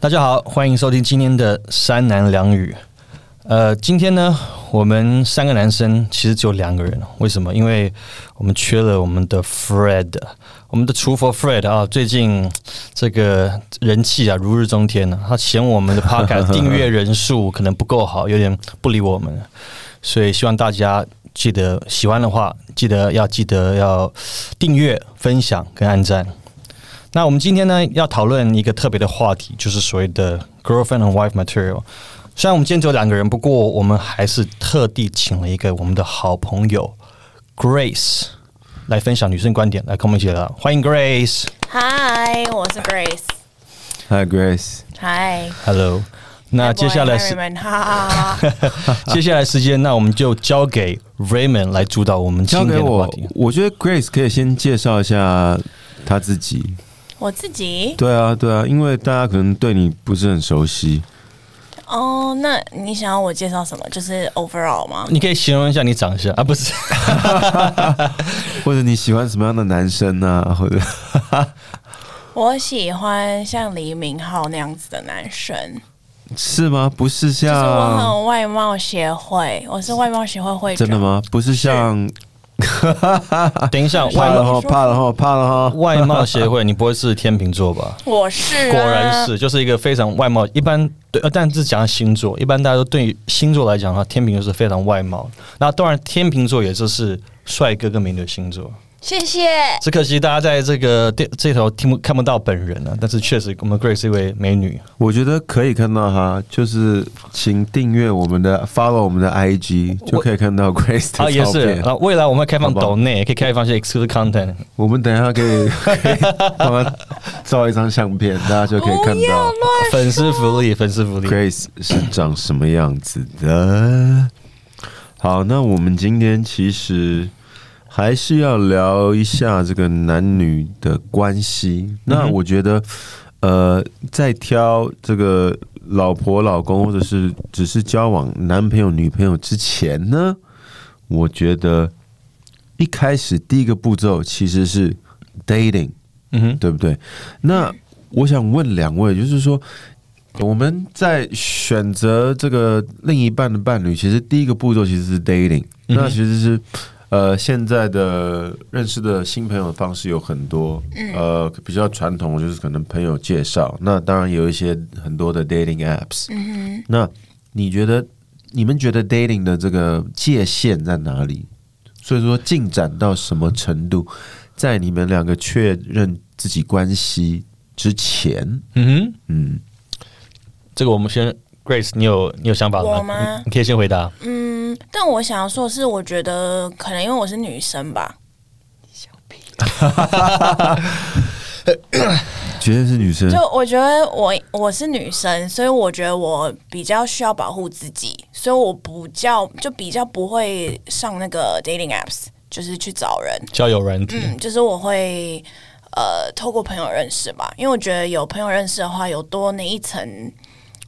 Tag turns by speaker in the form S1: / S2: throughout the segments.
S1: 大家好，欢迎收听今天的三男两女。呃，今天呢，我们三个男生其实只有两个人，为什么？因为我们缺了我们的 Fred，我们的厨佛 Fred 啊，最近这个人气啊如日中天呢、他嫌我们的 Podcast 订阅人数可能不够好，有点不理我们，所以希望大家记得喜欢的话，记得要记得要订阅、分享跟按赞。那我们今天呢，要讨论一个特别的话题，就是所谓的 girlfriend and wife material。虽然我们今天只有两个人，不过我们还是特地请了一个我们的好朋友 Grace 来分享女生观点，来跟我们一起聊。欢迎 Grace。
S2: 嗨，我是 Grace。
S3: Hi Grace，
S2: 嗨，
S1: Hello。那接下来是
S2: Raymond，哈哈 哈。
S1: 接下来时间，那我们就交给 Raymond 来主导我们今
S3: 交
S1: 天
S3: 给
S1: 的话
S3: 我
S1: 题。。
S3: 我觉得 Grace 可以先介绍一下她自己。
S2: 我自己
S3: 对啊，对啊，因为大家可能对你不是很熟悉。
S2: 哦那你想要我介绍什么？就是 overall 吗？
S1: 你可以形容一下你长相啊？不 是，
S3: 或者你喜欢什么样的男生啊？或 者
S2: 我喜欢像黎明浩那样子的男生，
S3: 是吗？不是
S2: 就是我
S3: 像
S2: 很外貌协会，我是外貌协会会长。
S3: 真的？吗？不是像
S1: 等一下，
S3: 怕
S1: 外
S3: 了
S1: 貌
S3: 哈，怕了哈，怕了哈。
S1: 外貌协会，你不会是天秤座吧？
S2: 我是、啊，
S1: 果然是，就是一个非常外貌。一般对，呃，但是讲到星座，一般大家都对于星座来讲的话，天秤就是非常外貌。那当然，天秤座也就是帅哥跟美女的星座。
S2: 谢谢。
S1: 只可惜大家在这个电这头听不看不到本人啊，但是确实我们 Grace 是一位美女。
S3: 我觉得可以看到哈，就是请订阅我们的 follow 我们的 IG，就可以看到 Grace 的照
S1: 啊，也
S3: 片。
S1: 是啊，未来我们会开放
S3: 好吧
S1: 抖内，也可以开放一些 exclusive content。
S3: 我们等一下可以可以 帮他照一张相片，大家就可以看
S2: 不要
S3: 到
S2: 乱
S1: 粉丝福利，粉丝福利。
S3: Grace 是长什么样子的。好，那我们今天其实还是要聊一下这个男女的关系。
S2: 嗯
S3: 那我觉得，呃，在挑这个老婆、老公，或者是只是交往男朋友、女朋友之前呢，我觉得一开始第一个步骤其实是 dating。
S1: 嗯哼，
S3: 对不对？那我想问两位，就是说，我们在选择这个另一半的伴侣，其实第一个步骤其实是 dating，、
S1: 嗯哼
S3: 那其实是。呃，现在的认识的新朋友的方式有很多，呃，比较传统就是可能朋友介绍，那当然有一些很多的 dating apps。那你觉得你们觉得 dating 的这个界限在哪里？所以说进展到什么程度，在你们两个确认自己关系之前，
S1: 嗯哼，
S3: 嗯，
S1: 这个我们先 Grace，你有你有想法
S2: 我
S1: 吗
S2: 吗？
S1: 你你可以先回答。
S2: 嗯，但我想要说的是，我觉得可能因为我是女生吧，
S3: 绝对是女生
S2: 就我觉得我我是女生，所以我觉得我比较需要保护自己，所以我不叫就比较不会上那个 dating apps，就是去找人。
S1: 交友软体，
S2: 嗯，就是我会呃透过朋友认识吧，因为我觉得有朋友认识的话，有多那一层，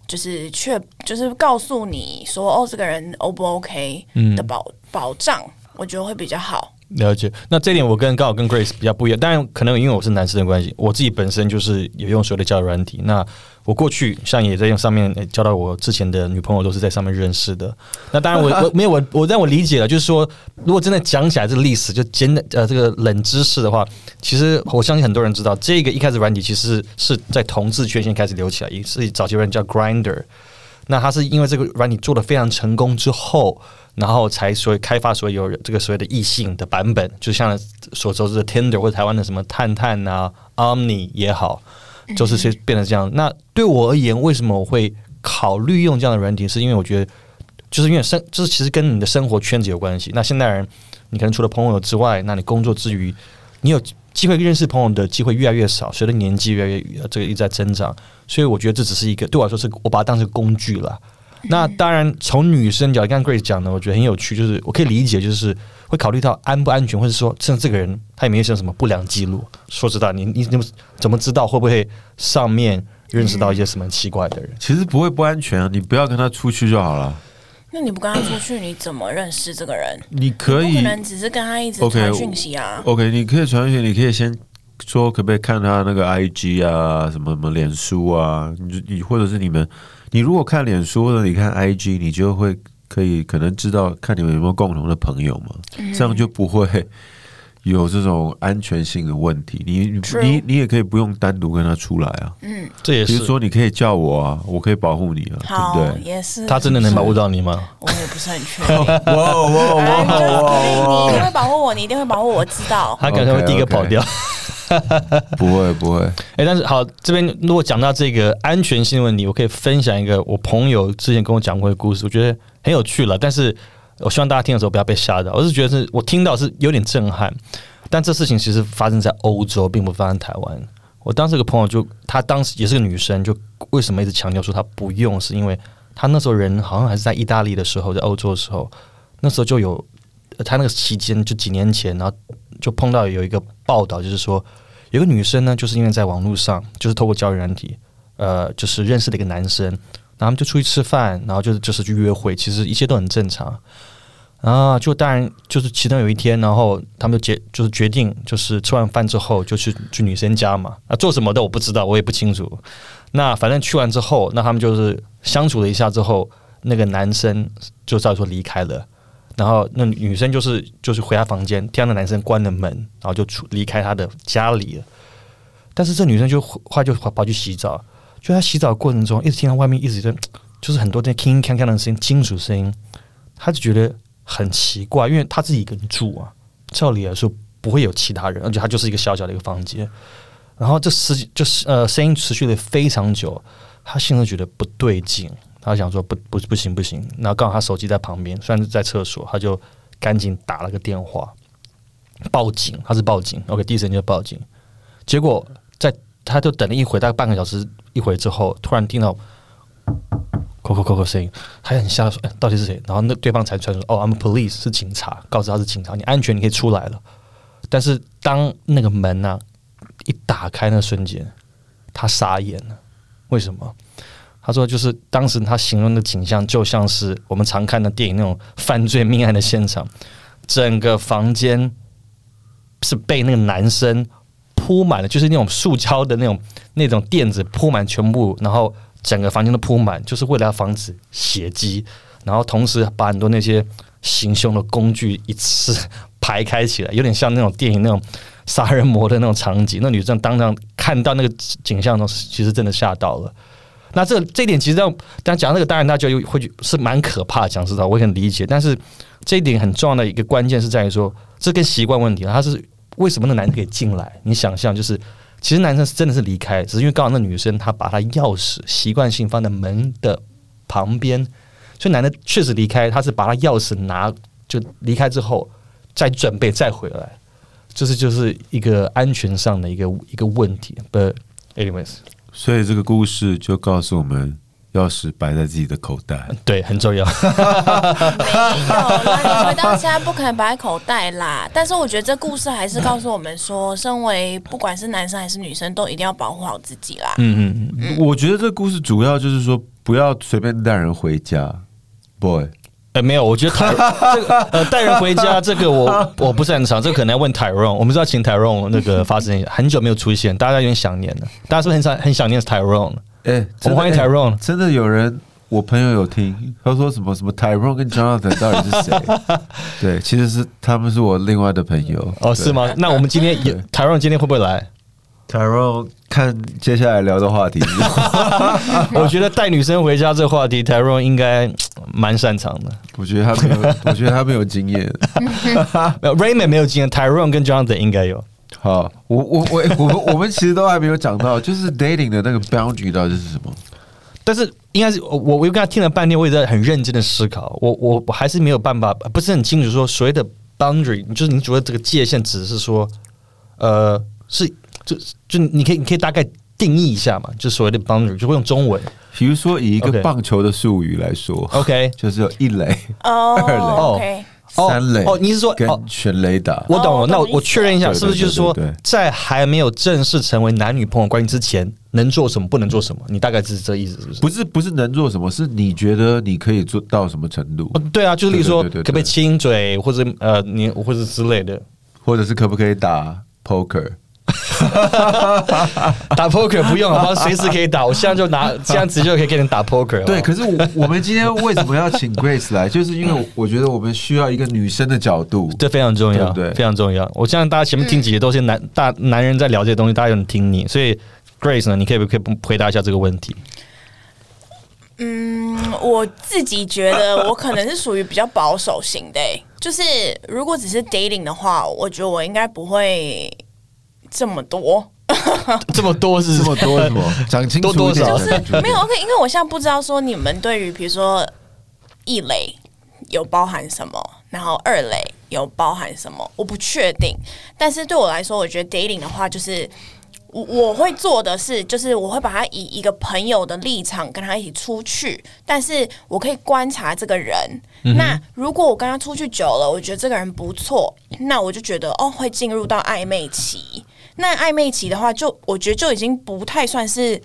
S2: 就是确就是告诉你说哦，这个人 O 不 OK 的
S3: 嗯
S2: 保、保障，我觉得会比较好。
S1: 了解，那这一点我跟刚好跟 Grace 比较不一样，当然可能因为我是男生的关系，我自己本身就是有用所谓的交友软体。那我过去像也在用上面呃交到我之前的女朋友，都是在上面认识的。那当然我 我没有我我让我理解了，就是说如果真的讲起来这个历史，就简单呃这个冷知识的话，其实我相信很多人知道，这个一开始软体其实是在同志圈先开始流起来，也是早期有人叫 Grinder。那它是因为这个软体做的非常成功之后，然后才所以开发所有这个所谓的异性的版本，就像所周知的 Tinder 或者台湾的什么探探啊、Omni 也好，就是是变成这样。那对我而言，为什么我会考虑用这样的软体？是因为我觉得，就是因为生，就是其实跟你的生活圈子有关系。那现代人，你可能除了朋友之外，那你工作之余，你有机会认识朋友的机会越来越少，随着年纪越来越呃这个一直在增长，所以我觉得这只是一个对我来说是我把它当成工具了。那当然，从女生角度，刚刚 Grace 讲的，我觉得很有趣，就是我可以理解，就是会考虑到安不安全，或者说，甚至这个人他有没有什么不良记录。说实在，你你怎么怎么知道会不会上面认识到一些什么奇怪的人？
S3: 其实不会不安全啊，你不要跟他出去就好了。
S2: 那你不跟他出去，你怎么认识这个人？
S3: 你可
S2: 不可
S3: 以
S2: 能只是跟他一直
S3: OK，
S2: 传讯息啊。
S3: OK，你可以传讯，你可以先说可不可以看他那个 IG 啊，什么什么脸书啊，你就你或者是你们，你如果看脸书或者你看 IG，你就会可以可能知道看你们有没有共同的朋友嘛，
S2: 嗯
S3: 这样就不会有这种安全性的问题。你你
S2: True
S3: 你你也可以不用单独跟他出来啊，
S2: 嗯，
S1: 这也
S3: 比如
S1: 是
S3: 说你可以叫我啊，我可以保护你啊，
S2: 好，
S3: 对不对？
S2: 也是。
S1: 他真的能保护到你吗？
S2: 我也不是很确定。
S3: 哇哦 哇哦
S2: 哎你就
S3: 哇哦哇
S2: 你一定
S3: 哦！
S2: 会保护我，你一定会保护我，我知 道。
S1: 他可能会第一个
S3: OK，OK
S1: 跑掉。
S3: 不会不会，
S1: 哎、但是好，这边如果讲到这个安全性的问题，我可以分享一个我朋友之前跟我讲过的故事，我觉得很有趣了。但是我希望大家听的时候不要被吓到，我是觉得是我听到是有点震撼。但这事情其实发生在欧洲，并不发生在台湾。我当时有个朋友就，她当时也是个女生，就为什么一直强调说她不用，是因为她那时候人好像还是在意大利的时候，在欧洲的时候，那时候就有呃她那个期间就几年前，然后就碰到有一个报道，就是说有个女生呢，就是因为在网络上，就是透过交友软体，呃，就是认识了一个男生，然后他们就出去吃饭，然后就是就是去约会，其实一切都很正常。啊，就当然就是其中有一天，然后他们就决就是决定，就是吃完饭之后就去去女生家嘛，啊，做什么的我不知道，我也不清楚。那反正去完之后，那他们就是相处了一下之后，那个男生就照说离开了。然后那女生就是就是回她房间，听到那男生关了门，然后就出离开她的家里了。但是这女生就后来就跑跑去洗澡，就她洗澡的过程中一直听到外面一直在就是很多那铿铿锵锵的声音、金属声音，她就觉得很奇怪，因为她自己一个人住啊，照理来说不会有其他人，而且她就是一个小小的一个房间。然后这持就是呃声音持续了非常久，她心里觉得不对劲，她想说不不不行不行。然后刚好她手机在旁边，虽然是在厕所，她就赶紧打了个电话报警，她是报警，OK，第一时间就报警。结果在他就等了一回，大概半个小时一回之后，突然听到“扣扣扣扣”声音，他也很吓，说：“哎，到底是谁？”然后那对方才传说：“哦，I'm police，是警察。”告诉他是警察，你安全，你可以出来了。但是当那个门呐、一打开那瞬间，他傻眼了。为什么？他说，就是当时他形容的景象，就像是我们常看的电影那种犯罪命案的现场，整个房间是被那个男生铺满了，就是那种塑胶的那种那种垫子铺满全部，然后整个房间都铺满，就是为了要防止血迹，然后同时把很多那些行凶的工具一次排开起来，有点像那种电影那种杀人魔的那种场景。那女生当场看到那个景象的时候，其实真的吓到了。那这这一点其实让，但讲这个当然大家就会觉是蛮可怕的，讲实话我也很理解。但是这一点很重要的一个关键是在于说，这跟习惯问题，他是为什么那男的可以进来？你想象，就是其实男生是真的是离开，只是因为刚好那女生她把她钥匙习惯性放在门的旁边，所以男的确实离开，他是把他钥匙拿就离开之后再准备再回来，这是就是一个安全上的一个一个问题。But anyways，
S3: 所以这个故事就告诉我们，钥匙摆在自己的口袋。
S1: 对，很重要。
S2: 没有啦，你回到家不可能摆在口袋啦。但是我觉得这故事还是告诉我们说，身为不管是男生还是女生，都一定要保护好自己啦。
S1: 嗯嗯，
S3: 我觉得这故事主要就是说，不要随便带人回家，boy。
S1: 呃，没有，我觉得台这个呃带人回家这个我我不擅长，这个可能要问 Tyrone，我们是要请 Tyrone 那个发声一下，很久没有出现，大家有点想念了，大家是不是很想很想念 Tyrone？
S3: 哎、
S1: 我
S3: 真
S1: 们
S3: 的
S1: 欢迎
S3: 哎
S1: Tyrone，、
S3: 真的有人，我朋友有听，他说什么什么 Tyrone 跟 Jonathan 到底是谁？ 对，其实是他们是我另外的朋友。
S1: 哦，是吗？那我们今天也 Tyrone 今天会不会来？
S3: ？Tyrone 看接下来聊的 话题，
S1: 我觉得带女生回家这话题，Tyrone 应该蛮擅长的。
S3: 我觉得他没有， 我觉得他没有经验。
S1: 没有 Raymond 没有经验，Tyrone 跟 Jonathan 应该有。
S3: 好，我我我哎我们我们其实都还没有讲到，就是 dating 的那个 boundary 到底是什么？
S1: 但是应该是我我我跟他听了半天，我也在很认真的思考，我我我还是没有办法，不是很清楚说所谓的 boundary，就是你所谓这个界限，只是说，呃，是就就你可以你可以大概定义一下嘛，就所谓的 boundary，就会用中文
S3: 比如说以一个
S1: OK
S3: 棒球的术语来说
S1: ，OK，
S3: 就是有一垒、
S2: 哦
S3: 二垒
S2: ，OK，
S1: 哦
S3: 三垒
S1: 哦，你是说
S3: 跟
S1: 哦，
S3: 全垒打。
S1: 我懂
S2: 哦
S1: 了，那我
S2: 懂意思
S1: 我确认一下，
S3: 对对
S1: 是不是就是说
S3: 对对对，
S1: 在还没有正式成为男女朋友关系之前，能做什么，不能做什么？你大概是这意思，是不是？
S3: 不是不是能做什么，是你觉得你可以做到什么程度，
S1: 哦，对啊，就是例如说，
S3: 对对对对对
S1: 可不可以亲嘴，或者呃，你或者之类的。哦
S3: 或者是可不可以打 poker？
S1: 打 poker 不用，好不好？随时可以打，我现在就 拿这样子就可以给你打 poker 好不好。
S4: 对，可是我我们今天为什么要请 Grace 来，就是因为我觉得我们需要一个女生的角度。
S1: 这非常重要，
S4: 对不对
S1: 非常重要。我相信大家前面听几集都是男、大男人在聊这些东西，大家有人听你，所以 Grace 呢，你可以不可以不回答一下这个问题？
S2: 嗯，我自己觉得我可能是属于比较保守型的欸、就是如果只是 dating 的话，我觉得我应该不会这么多，
S1: 这么多是
S4: 这么多什么？讲清楚
S1: 多多
S4: 一点
S1: 少
S2: 就是没有 OK，因为我现在不知道说你们对于比如说一类有包含什么，然后二类有包含什么，我不确定。但是对我来说，我觉得 dating 的话，就是我我会做的事，就是我会把他以一个朋友的立场跟他一起出去，但是我可以观察这个人。那如果我跟他出去久了，我觉得这个人不错，那我就觉得哦，会进入到暧昧期。那暧昧期的话就，我觉得就已经不太算是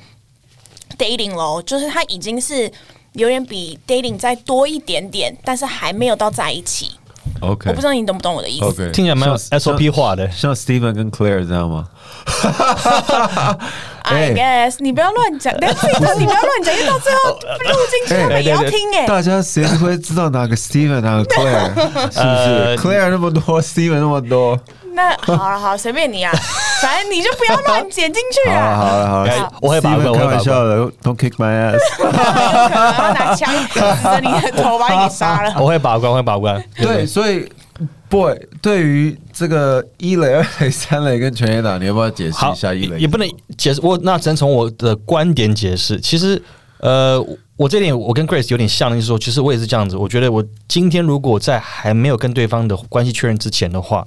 S2: dating 咯，就是他已经是有点比 dating 再多一点点，但是还没有到在一起。
S3: OK
S2: 我不知道你懂不懂我的意
S4: 哦
S2: 思。
S3: OK，
S1: 听起来蛮有 SOP 化的。
S3: 像 Steven 跟 Claire 这样吗？
S2: I guess 你不要乱讲，但是你不要乱讲，因为到最后录进去他们也要听哎、
S4: 大家谁会知道哪个 Steven 哪个 Claire 是不是
S1: 呃
S4: ？Claire 那么多，Steven 那么多，
S2: 那好了，好随便你啊，反正你就不要乱剪进去
S4: 好了 好
S2: 啊。
S4: 了好
S1: 哎
S4: 了，
S1: 我会把关
S4: Steven
S1: 我会
S4: 开
S1: 把关
S4: 玩笑的，Don't kick my ass。
S2: 啊 有可能要拿枪指着你的头把你给杀了。
S1: 我会把关，我会把关。
S4: 对，所以 boy 对于这个一垒、二垒、三垒跟全垒打，你要不要解释
S1: 好
S4: 一下一垒？
S1: 也不能解释。我那只能从我的观点解释。其实，呃，我我这点我跟 Grace 有点像，就是说，其实我也是这样子。我觉得我今天如果在还没有跟对方的关系确认之前的话，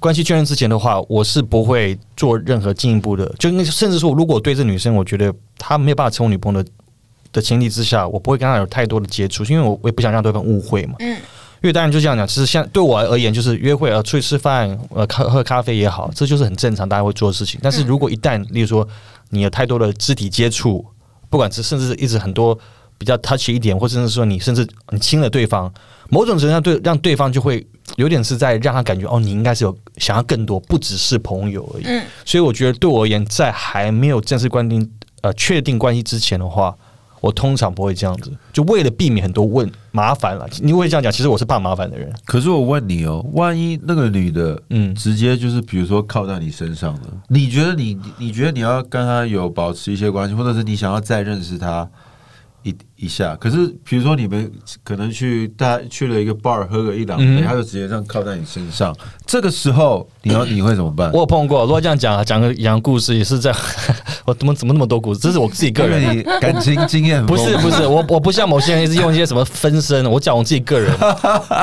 S1: 关系确认之前的话，我是不会做任何进一步的，就应该甚至说，如果我对这女生，我觉得她没有办法成为我女朋友的的前提之下，我不会跟她有太多的接触，因为我我也不想让对方误会嘛。
S2: 嗯
S1: 因为当然就这样讲，其实像对我而言，就是约会啊，出去吃饭，呃，喝喝咖啡也好，这就是很正常，大家会做的事情。但是如果一旦，例如说你有太多的肢体接触，不管是甚至一直很多比较 touch 一点，或甚至说你甚至你亲了对方，某种程度上对让对方就会有点是在让他感觉哦，你应该是有想要更多，不只是朋友而已。
S2: 嗯，
S1: 所以我觉得对我而言，在还没有正式关定呃确定关系之前的话，我通常不会这样子，就为了避免很多问麻烦了。你会这样讲，其实我是怕麻烦的人。
S4: 可是我问你哦，万一那个女的，
S1: 嗯
S4: 嗯，直接就是比如说靠在你身上了，你觉得你你你觉得你要跟她有保持一些关系，或者是你想要再认识她一一下？可是比如说你们可能去大去了一个 bar 喝个一两杯，
S1: 嗯
S4: 她就直接这样靠在你身上，这个时候你 要你会怎么办？
S1: 我有碰过，如果这样讲啊，讲个讲个故事也是在， 我怎么怎么那么多故事？这是我自己个
S4: 因
S1: 人。
S4: 为你感情经验很
S1: 不是
S4: 丰富
S1: 不是，我我不像某些人一直用一些什么分身，我讲我自己个人，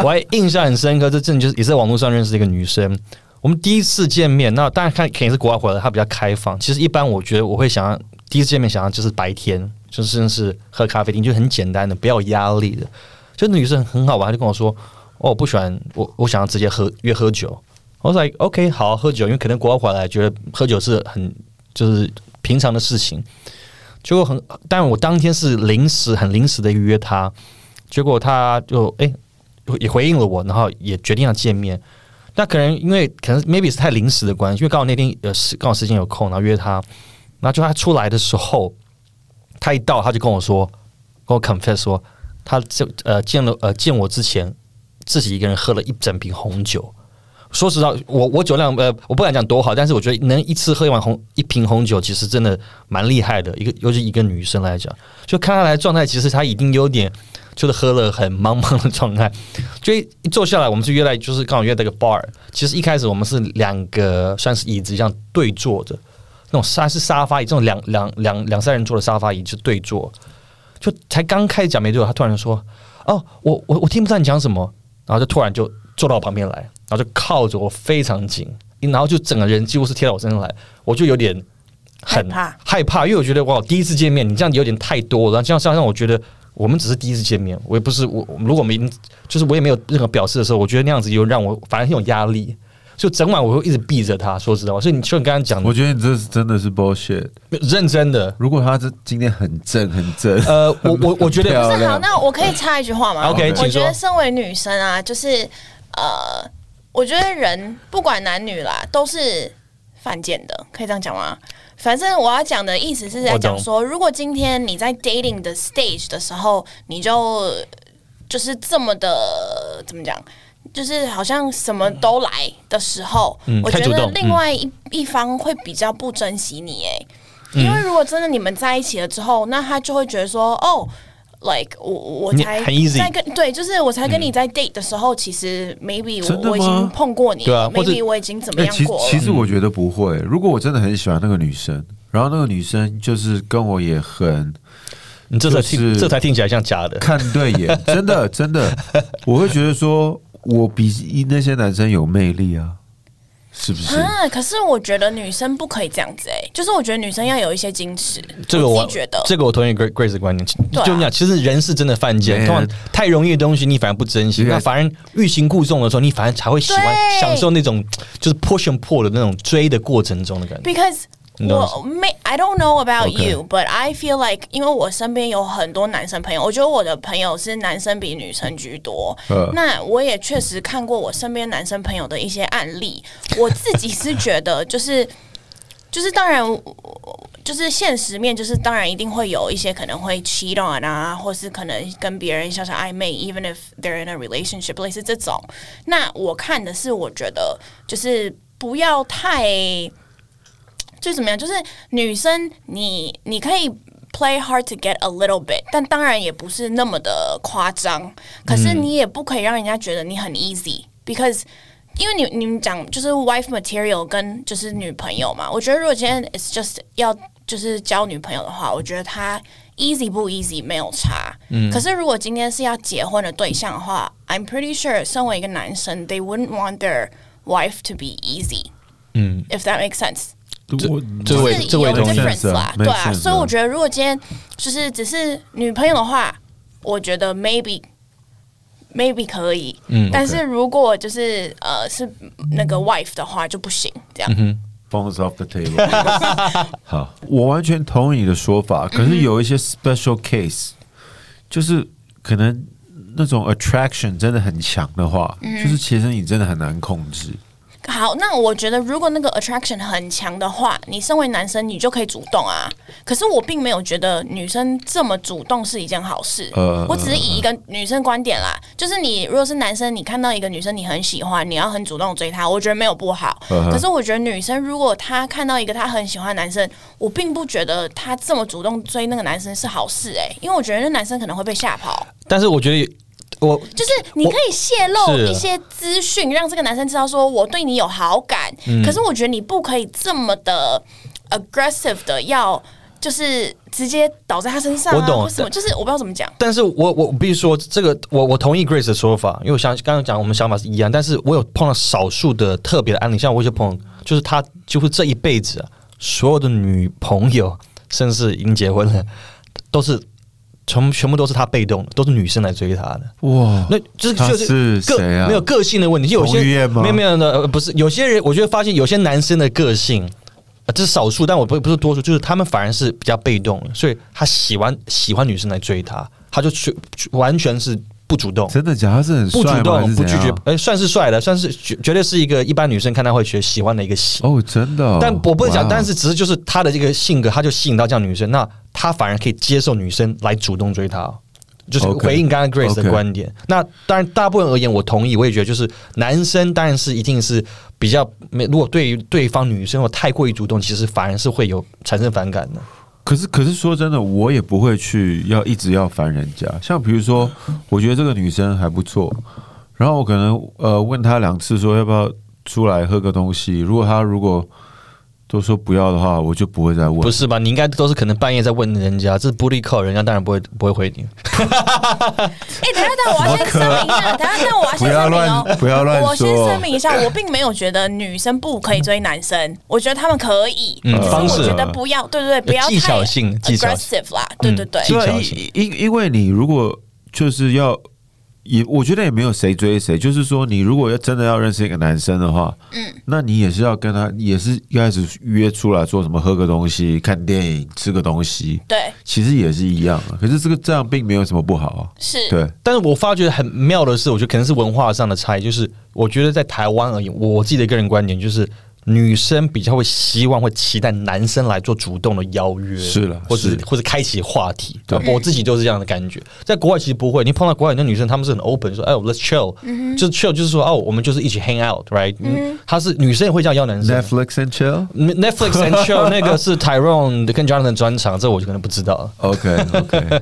S1: 我还印象很深刻。这真的就是也是在网络上认识的一个女生，我们第一次见面，那当然看肯定是国外回来，她比较开放。其实一般我觉得我会想要第一次见面想要就是白天，就是甚至是喝咖啡厅，就很简单的，不要有压力的。就那女生很好玩，她就跟我说：“哦，我不喜欢我，我想要直接喝约喝酒。”我说 like, OK，好喝酒，因为可能国外回来觉得喝酒是很就是平常的事情。结果很，但我当天是临时很临时的约他，结果他就哎、也回应了我，然后也决定要见面。那可能因为可能 maybe 是太临时的关系，因为刚好那天呃是刚好时间有空，然后约他，然后就他出来的时候，他一到他就跟我说，跟我 confess 说，他就呃见了呃见我之前，自己一个人喝了一整瓶红酒。说实话，我我酒量呃，我不敢讲多好，但是我觉得能一次喝一碗红一瓶红酒，其实真的蛮厉害的。一个尤其一个女生来讲，就看她来状态，其实她已经有点就是喝了很茫茫的状态。 就一一坐下来，我们是约在就是刚好约在一个 bar。其实一开始我们是两个算是椅子这样对坐着，那种沙是沙发椅，这种两两两两三人坐的沙发椅就对坐。就才刚开始讲没多久，他突然就说：“哦，我我我听不到你讲什么。”然后就突然就坐到我旁边来，然后就靠着我非常紧，然后就整个人几乎是贴到我身上来，我就有点很
S2: 害怕
S1: 害怕，因为我觉得哇，第一次见面你这样有点太多了，然后这样这样让我觉得我们只是第一次见面，我也不是我我如果我们已经就是我也没有任何表示的时候，我觉得那样子又让我反而很有压力。所以整晚我会一直避着他，说实在话，所以你就你刚刚讲
S4: 我
S1: 的，
S4: 觉得你这是真的是 bullshit。
S1: 认真的，
S4: 如果他这今天很正很正，
S1: 呃，我我我觉得
S4: 漂
S2: 不是好，
S4: 亮，
S2: 那我可以插一句话吗
S1: 啊 OK，
S2: 我
S1: 请
S2: 觉
S1: 说
S2: 得身为女生啊，就是呃，我觉得人不管男女啦，都是犯贱的，可以这样讲吗？反正我要讲的意思是在
S1: 我懂
S2: 讲说，如果今天你在 dating 的 stage 的时候，你就就是这么的怎么讲？就是好像什么都来的时候，
S1: 嗯
S2: 我觉
S1: 太主
S2: 得
S1: 动
S2: 另外一、一方会比较不珍惜你哎，
S1: 嗯
S2: 因为如果真的你们在一起了之后，那他就会觉得说，哦，like 我我
S1: 你
S2: 才
S1: 很 easy 嗯
S2: 在跟对，就是我才跟你在 date 的时候，其实 maybe
S3: 真的
S2: 我我已
S3: 吗
S2: 经碰过你
S1: 对啊
S2: 了
S1: 或者
S2: ，maybe 我已经怎么
S3: 哎、
S2: 样
S3: 其实
S2: 过
S3: 其
S2: 了，
S3: 实我觉得不会。如果我真的很喜欢那个女生，然后那个女生就是跟我也很
S1: 你嗯这才
S3: 就是
S1: 听、这才听起来像假的。
S3: 看对眼，真的真的，我会觉得说我比那些男生有魅力啊，是不是？
S2: 啊，可是我觉得女生不可以这样子哎、就是我觉得女生要有一些矜持，
S1: 这个
S2: 我
S1: 我
S2: 自己觉得，
S1: 这个我同意 Grace Grace 的观点。
S2: 对啊
S1: 就你讲，其实人是真的犯贱，
S3: Man
S1: 通常太容易的东西你反而不珍惜，
S3: 对
S1: 那反而欲擒故纵的时候，你反而才会喜欢
S2: 对
S1: 享受那种就是 push and pull 的那种追的过程中的感觉。
S2: Because
S1: 你懂
S2: 我没 I don't know about
S3: OK
S2: you, but I feel like 因为我身边有很多男生朋友，我觉得我的朋友是男生比女生居多。
S3: 嗯
S2: 那我也确实看过我身边男生朋友的一些案例，我自己是觉得就是。 就是当然，我就是现实面，就是当然一定会有一些可能会 cheat on 啊，或是可能跟别人小小暧昧，even if they're in a relationship，类似这种。那我看的是，我觉得就是不要太，就怎么样，就是女生你你可以。Play hard to get a little bit，但当然也不是那么的夸张。可是你也不可以让人家觉得你很 easy，because 因为你你们讲就是 wife material 跟就是女朋友嘛，我觉得如果今天 it's just 要就是交女朋友的话，我觉得她 easy 不 easy 没有差。嗯，可是如果今天是要结婚的对象的话，I'm pretty sure 身为一个男生，they wouldn't want their wife to be easy。嗯，if that makes sense。
S3: 我
S1: 这位
S2: 就是
S1: 这位
S2: 哦有
S1: 同学
S2: difference 啦，
S3: 没
S2: 对啊，
S3: sense
S2: 所以
S3: 啊
S2: 我觉得如果今天就是只是女朋友的话，我觉得 maybe maybe 可以，嗯，但是如果就是呃是那个 wife 的话就不行，这样，
S3: Bones off the table。好，我完全同意你的说法，可是有一些 special case，、就是可能那种 attraction 真的很强的话，
S2: 嗯
S3: 就是其实你真的很难控制。
S2: 好，那我觉得如果那个 attraction 很强的话，你身为男生你就可以主动啊。可是我并没有觉得女生这么主动是一件好事。
S3: 呃
S2: 我只是以一个女生观点啦，就是你如果是男生，你看到一个女生你很喜欢，你要很主动追她，我觉得没有不好。
S3: 嗯哼
S2: 可是我觉得女生如果她看到一个她很喜欢的男生，我并不觉得她这么主动追那个男生是好事哎、因为我觉得那男生可能会被吓跑。
S1: 但是我觉得我
S2: 就是你可以泄露
S1: 是
S2: 一些资讯，让这个男生知道说我对你有好感。
S1: 嗯
S2: 可是我觉得你不可以这么的 aggressive 的要，就是直接倒在他身上、啊。
S1: 我懂
S2: 为什么？就是我不知道怎么讲。
S1: 但是我我必须说，这个我我同意 Grace 的说法，因为我想刚刚讲我们想法是一样，但是我有碰到少数的特别的案例，像我有些朋友，就是他几乎这一辈子、啊、所有的女朋友，甚至已经结婚了，都是全全部都是他被动的，都是女生来追他的。
S3: 哇，
S1: 那就是
S3: 他
S1: 就是个
S3: 谁啊
S1: 没有个性的问题，就有
S3: 彭于
S1: 些
S3: 晏吗
S1: 没有没有的、呃不是有些人，我觉得发现有些男生的个性，呃这是少数，但我不不是多数，就是他们反而是比较被动的，所以他喜欢喜欢女生来追他，他就去去完全是不主动。
S3: 真的假的？他是很
S1: 不主
S3: 帅吗？还
S1: 动，
S3: 是
S1: 不拒
S3: 怎
S1: 绝
S3: 样，
S1: 哎、算是帅的，算是绝绝对是一个一般女生看他会觉得喜欢的一个型。
S3: 哦，真的哦、
S1: 但我不能讲，
S3: 哇
S1: 但是只是就是他的这个性格，他就吸引到这样的女生，那他反而可以接受女生来主动追他哦、就是
S3: OK，
S1: 回应刚刚 Grace 的
S3: OK
S1: 观点。那当然，大部分而言，我同意，我也觉得就是男生当然是一定是比较没，如果对于对方女生我太过于主动，其实反而是会有产生反感的。
S3: 可是，可是说真的，我也不会去要一直要烦人家。像比如说，我觉得这个女生还不错，然后我可能呃问她两次说要不要出来喝个东西。如果她如果都说不要的话，我就不会再问。
S1: 不是吧？你应该都是可能半夜在问人家，这不利靠人家当然不会不会回你。
S2: 哎、等一下，但我要先声明一 下，等一下，但我要先声明哦、
S3: 不要乱不要乱说
S2: 我先声明一下，我并没有觉得女生不可以追男 生，我觉得他们可以，
S1: 嗯
S3: 呃
S2: 只是
S1: 方式
S2: 我觉得不要，对对对，不要太
S1: 技巧性嗯技巧
S2: aggressive 啦，对对对。
S1: 技
S3: 对
S1: 巧
S3: 啊，因因因为你如果就是要也，我觉得也没有谁追谁，就是说你如果要真的要认识一个男生的话，嗯，那你也是要跟他也是一开始约出来做什么，喝个东西、看电影、吃个东西，
S2: 对，
S3: 其实也是一样啊。可是这个这样并没有什么不好啊。
S2: 是，
S3: 对，
S1: 但是我发觉很妙的是，我觉得可能是文化上的差异，就是我觉得在台湾而言，我自己的个人观点就是，女生比较会希望会期待男生来做主动的邀约，
S5: 是啦
S1: 或者
S5: 是
S1: 或者开启话题。
S5: 对
S1: 我自己就是这样的感觉。在国外其实不会，你碰到国外的女生，她们是很 open，说哎，let's chill，、就是 chill，就是说哦，我们就是一起 hang out，right？、她是女生也会这样邀男生。
S5: Netflix and chill。
S1: Netflix and chill 那个是 Tyrone 跟 Jonathan 的专场，这我就可能不知道了。
S5: OK OK，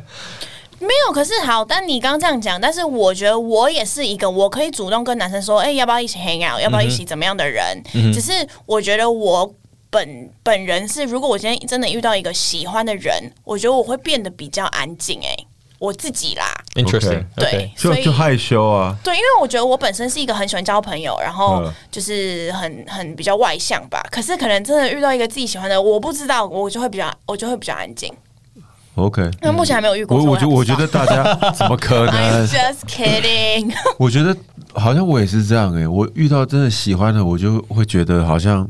S2: 没有，可是好，但你刚这样讲，但是我觉得我也是一个我可以主动跟男生说，哎、要不要一起 hang out，要不要一起怎么样的人？
S3: 嗯
S2: 只是我觉得我本本人是，如果我今天真的遇到一个喜欢的人，我觉得我会变得比较安静，哎，我自己啦，
S1: Interesting，
S2: 对
S1: OK
S3: 就
S2: 所以
S3: 就害羞啊，
S2: 对，因为我觉得我本身是一个很喜欢交朋友，然后
S3: 嗯
S2: 就是很很比较外向吧。可是可能真的遇到一个自己喜欢的，我不知道，我就会比较我就会比较安静。
S3: OK，
S2: 因为目前还没有遇过，
S3: 嗯我我觉
S2: 所以
S3: 得我
S2: 还
S3: 觉
S2: 不
S3: 得呃
S2: 知道
S3: 大家怎么可
S2: I'm
S3: 能？
S2: just kidding，
S3: 我觉得好像我也是这样哎、我遇到真的喜欢的，我就会觉得好像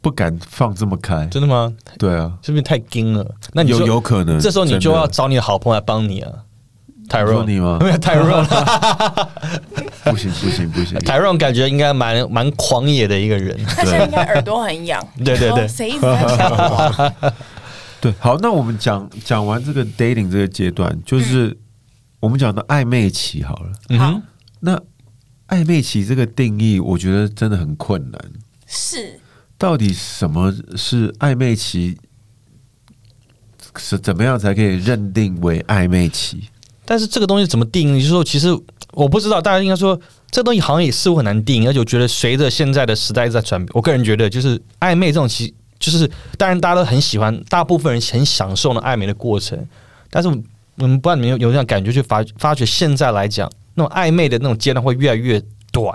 S3: 不敢放这么开。
S1: 真的吗？
S3: 对啊，
S1: 是不是太硬了？那你
S3: 有
S1: 就
S3: 有可能
S1: 这时候你就
S3: 嗯真的
S1: 要找你的好朋友来帮你啊。
S3: 你说
S1: Tyrone
S3: 你吗
S1: 没有 Tyrone，Tyrone
S3: 不行不行不行，
S1: 感觉应该蛮蛮狂野的一个人。
S2: 他现在应该耳朵很痒。
S1: 对对对
S2: 说谁一直 在讲我？
S3: 对，好，那我们讲讲完这个 dating 这个阶段，就是我们讲的暧昧期好了。
S1: 嗯哼，
S3: 那暧昧期这个定义，我觉得真的很困难。
S2: 是
S3: 到底什么是暧昧期？是怎么样才可以认定为暧昧期？
S1: 但是这个东西怎么定义？就是说，其实我不知道，大家应该说这东西好像也似乎很难定义，而且我觉得随着现在的时代一直在转变，我个人觉得就是暧昧这种其就是当然大家都很喜欢，大部分人很享受那暧昧的过程，但是我我们不知道你们有有这样感觉，就发发觉现在来讲，那种暧昧的那种阶段会越来越短。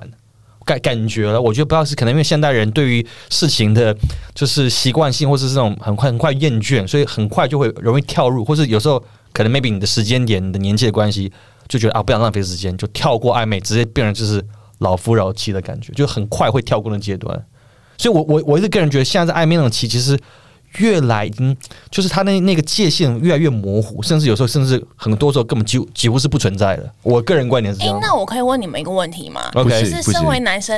S1: 感感觉了，我觉得不知道是可能因为现代人对于事情的，就是习惯性，或是这种很快很快厌倦，所以很快就会容易跳入，或是有时候可能 maybe 你的时间点、你的年纪的关系，就觉得啊不想浪费时间，就跳过暧昧，直接变成就是老夫老妻的感觉，就很快会跳过那阶段。所以我，我我一直个人觉得，现在在暧昧那种期，其实越来已经就是他那那个界限越来越模糊，甚至有时候甚至很多时候根本几乎几乎是不存在的。我个人观点是这
S2: 哎、
S1: 样。
S2: 那我可以问你们一个问题吗？
S1: OK
S2: 就是
S3: 不行
S2: 身为男生，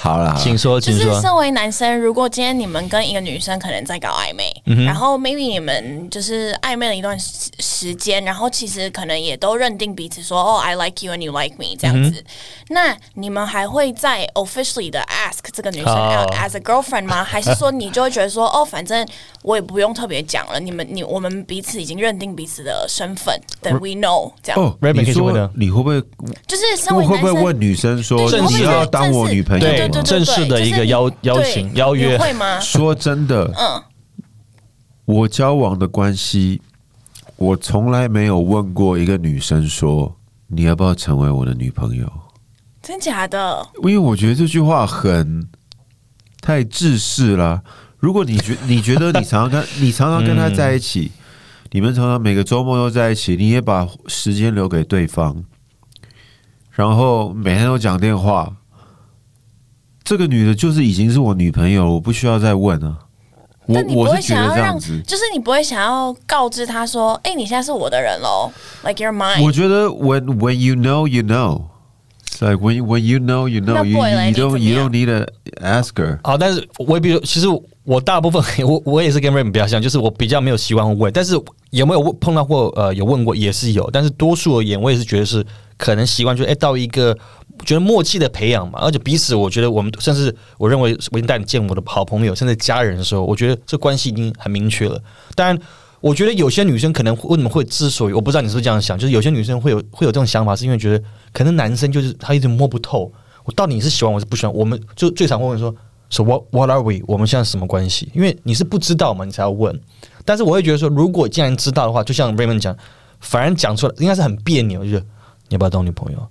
S3: 好啦，
S1: 请说，
S2: 就
S1: 请
S2: 是
S1: 说。
S2: 身为男生，如果今天你们跟一个女生可能在搞暧昧，
S3: 嗯
S2: 然后 maybe 你们就是暧昧了一段时时间，然后其实可能也都认定彼此说哦、i like you and you like me 这样
S3: 嗯
S2: 子，那你们还会在 officially 的 ask 这个女生
S1: 哦
S2: out as a girlfriend 吗？还是说你就会觉得说 哦，反正我也不用特别讲了，你们你我们彼此已经认定彼此的身份，that we know 这样，
S3: 哦，
S1: Raymond 可以
S3: 你
S1: 去问
S3: 说
S1: 啊
S3: 你会不会
S2: 就是身为
S3: 会
S2: 男
S3: 不会
S2: 生。
S3: 问女生说
S2: 对
S1: 正
S3: 你
S1: 式的
S3: 要当我女朋友
S2: 对对
S3: 吗
S2: 对对？
S1: 正式的
S2: 对
S1: 一个
S2: 就是你
S1: 邀邀
S2: 对
S1: 请邀约
S2: 你会 吗？
S3: 说真的，
S2: 嗯，
S3: 我交往的关系，我从来没有问过一个女生说你要不要成为我的女朋友，
S2: 真假的？
S3: 因为我觉得这句话很太自私啦。如果你觉 你觉得你常常跟你常常跟他在一起，你们常常每个周末都在一起，你也把时间留给对方，然后每天都讲电话，这个女的就是已经是我女朋友了，我不需要再问啊。我
S2: 但你不
S3: 我
S2: 会
S3: 是觉
S2: 想
S3: 得
S2: 要
S3: 这样
S2: 让，
S3: 子，
S2: 就是你不会想要告知他说：“哎、你现在是我的人喽，like you're
S3: 我
S2: mine。
S3: 觉得 when when you know you know, it's like when when you know you know
S2: 那
S3: you
S2: boy 嘞
S3: you
S2: 你怎
S3: don't
S2: 么
S3: you
S2: 样
S3: don't need a asker。
S1: 好，啊但是我也比如，其实我大部分 我我也是跟 Raymond 比较像，就是我比较没有习惯问，但是有没有问碰到过呃有问过也是有，但是多数而言，我也是觉得是可能习惯就是哎、到一个觉得默契的培养嘛，而且彼此我觉得我们甚至我认为我已经带你见我的好朋友甚至家人的时候，我觉得这关系已经很明确了，当然。我觉得有些女生可能会为什么会之所以我不知道你是不是这样想，就是有些女生会有会有这种想法，是因为觉得可能男生就是他一直摸不透，我到底你是喜欢我是不喜欢？我们就最常会问说，So what what are we？我们现在是什么关系？因为你是不知道嘛，你才要问。但是我会觉得说，如果既然知道的话，就像 Raymond 讲，反而讲出来应该是很别扭，就是你要不要当我女朋友？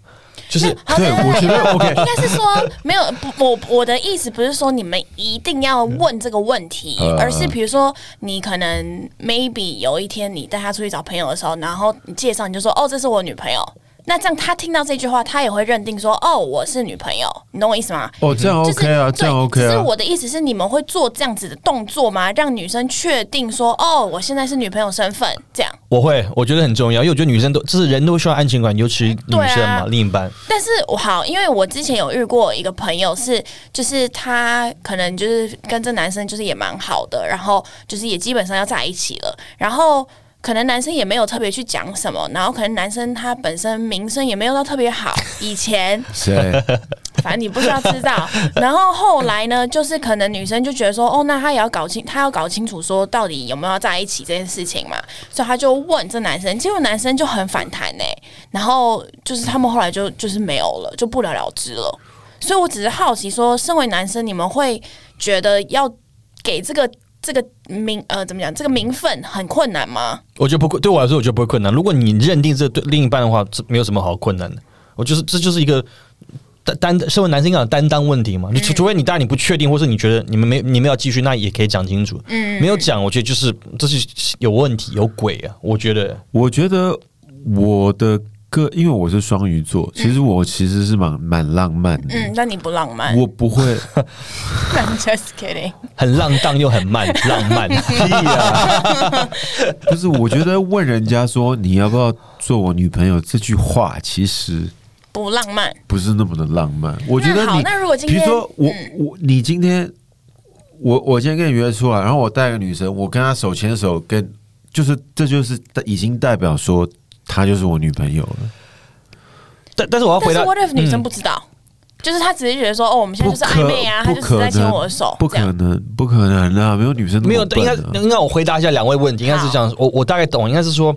S1: 就是
S2: 好
S3: 对
S2: 的，
S3: 我觉得 OK
S2: 应该是说没有不我我的意思不是说你们一定要问这个问题，
S3: 呃
S2: 而是比如说你可能 maybe 有一天你带他出去找朋友的时候，然后你介绍你就说哦这是我女朋友，那这样他听到这句话，他也会认定说哦我是女朋友，你懂我意思吗？
S3: 哦，这样
S2: 就是
S3: OK 啊，这样
S2: 对
S3: OK
S2: 只是
S3: 啊。
S2: 我的意思是，你们会做这样子的动作吗？让女生确定说，哦，我现在是女朋友身份，这样
S1: 我会，我觉得很重要，因为我觉得女生都，就是人都需要安全感，尤其女
S2: 对啊
S1: 生嘛，另一半。
S2: 但是我好，因为我之前有遇过一个朋友是，就是他可能就是跟这男生就是也蛮好的，然后就是也基本上要在一起了，然后。可能男生也没有特别去讲什么，然后可能男生他本身名声也没有到特别好，以前
S3: 谁？
S2: 反正你不需要知道。然后后来呢，就是可能女生就觉得说，哦，那她也要搞清，她要搞清楚说到底有没有要在一起这件事情嘛，所以她就问这男生，结果男生就很反弹呢、然后就是他们后来就就是没有了，就不了了之了。所以我只是好奇说，身为男生，你们会觉得要给这个这个名呃怎么讲这个名分很困难吗？
S1: 我觉得不困，对我来说，我觉得不会困难。如果你认定这对另一半的话，这没有什么好困难的。我就是这就是一个担担，身为男生讲担当问题嘛。
S2: 嗯
S1: 你除除非你当然你不确定，或是你觉得你们没你们要继续，那也可以讲清楚。嗯，没有讲，我觉得就是这是有问题，有鬼啊！我觉得
S3: 我觉得我的个，因为我是双鱼座，其实我其实是蛮蛮浪漫的。
S2: 嗯嗯，那你不浪漫
S3: 我不会，
S2: ？I'm just kidding。
S1: 很浪荡又很慢，浪 漫。啊
S3: 屁呀、不是，我觉得问人家说你要不要做我女朋友这句话，其实
S2: 不浪漫，
S3: 不是那么的浪漫。我觉得
S2: 那好
S3: 你，
S2: 那如果今
S3: 比
S2: 天嗯
S3: 如说我、我你今天我我今天跟你约出来，然后我带个女生，我跟她手牵手跟，就是这就是已经代表说她就是我女朋友了。
S1: 但但是
S3: 哦
S1: 我要回
S2: 但是
S1: 答
S2: what if 女生
S1: 嗯
S2: 不知道？就是她只是觉得说，哦，我们现在
S3: 不
S2: 就是
S3: 可
S2: 暧昧啊，她就
S3: 不
S2: 只是
S3: 可
S2: 在
S3: 能，
S2: 牵我的手，
S3: 不
S2: 这样
S3: 可能，不可能啊！没有女生那
S1: 没有，
S3: 么笨
S1: 应
S3: 啊、
S1: 该应该我回答一下两位问题，应该是这样，我我大概懂，应该是说，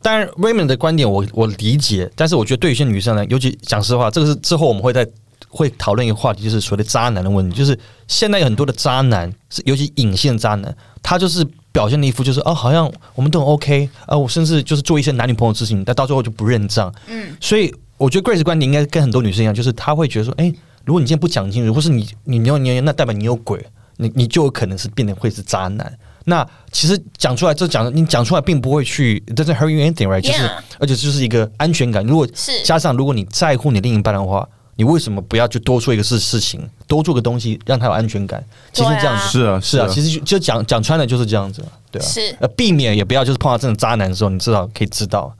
S1: 当然 Raymond 的观点我我理解，但是我觉得对于一些女生来，尤其讲实话，这个是之后我们会在会讨论一个话题，就是所谓的渣男的问题，就是现在有很多的渣男，是尤其隐性渣男，他就是。表现的一副就是哦，好像我们都很 OK 啊，我甚至就是做一些男女朋友的事情，但到最后就不认账。嗯，所以我觉得 Grace 的观点应该跟很多女生一样，就是她会觉得说，哎、如果你今天不讲清楚，或是你你你有你有那代表你有鬼，你你就有可能是变得会是渣男。那其实讲出来，这讲你讲出来，并不会去 it doesn't hurt you anything right，就是
S2: Yeah
S1: 而且就是一个安全感。如果
S2: 是
S1: 加上如果你在乎你另一半的话，你为什么不要就多做一个事事情，多做个东西，让他有安全感？其实
S2: 对啊
S1: 这样子
S3: 是啊
S1: 是
S3: 是啊
S1: 其实就就讲讲穿了就是这样子，对啊，
S2: 是
S1: 呃，避免也不要就是碰到这种渣男的时候，你至少可以知道，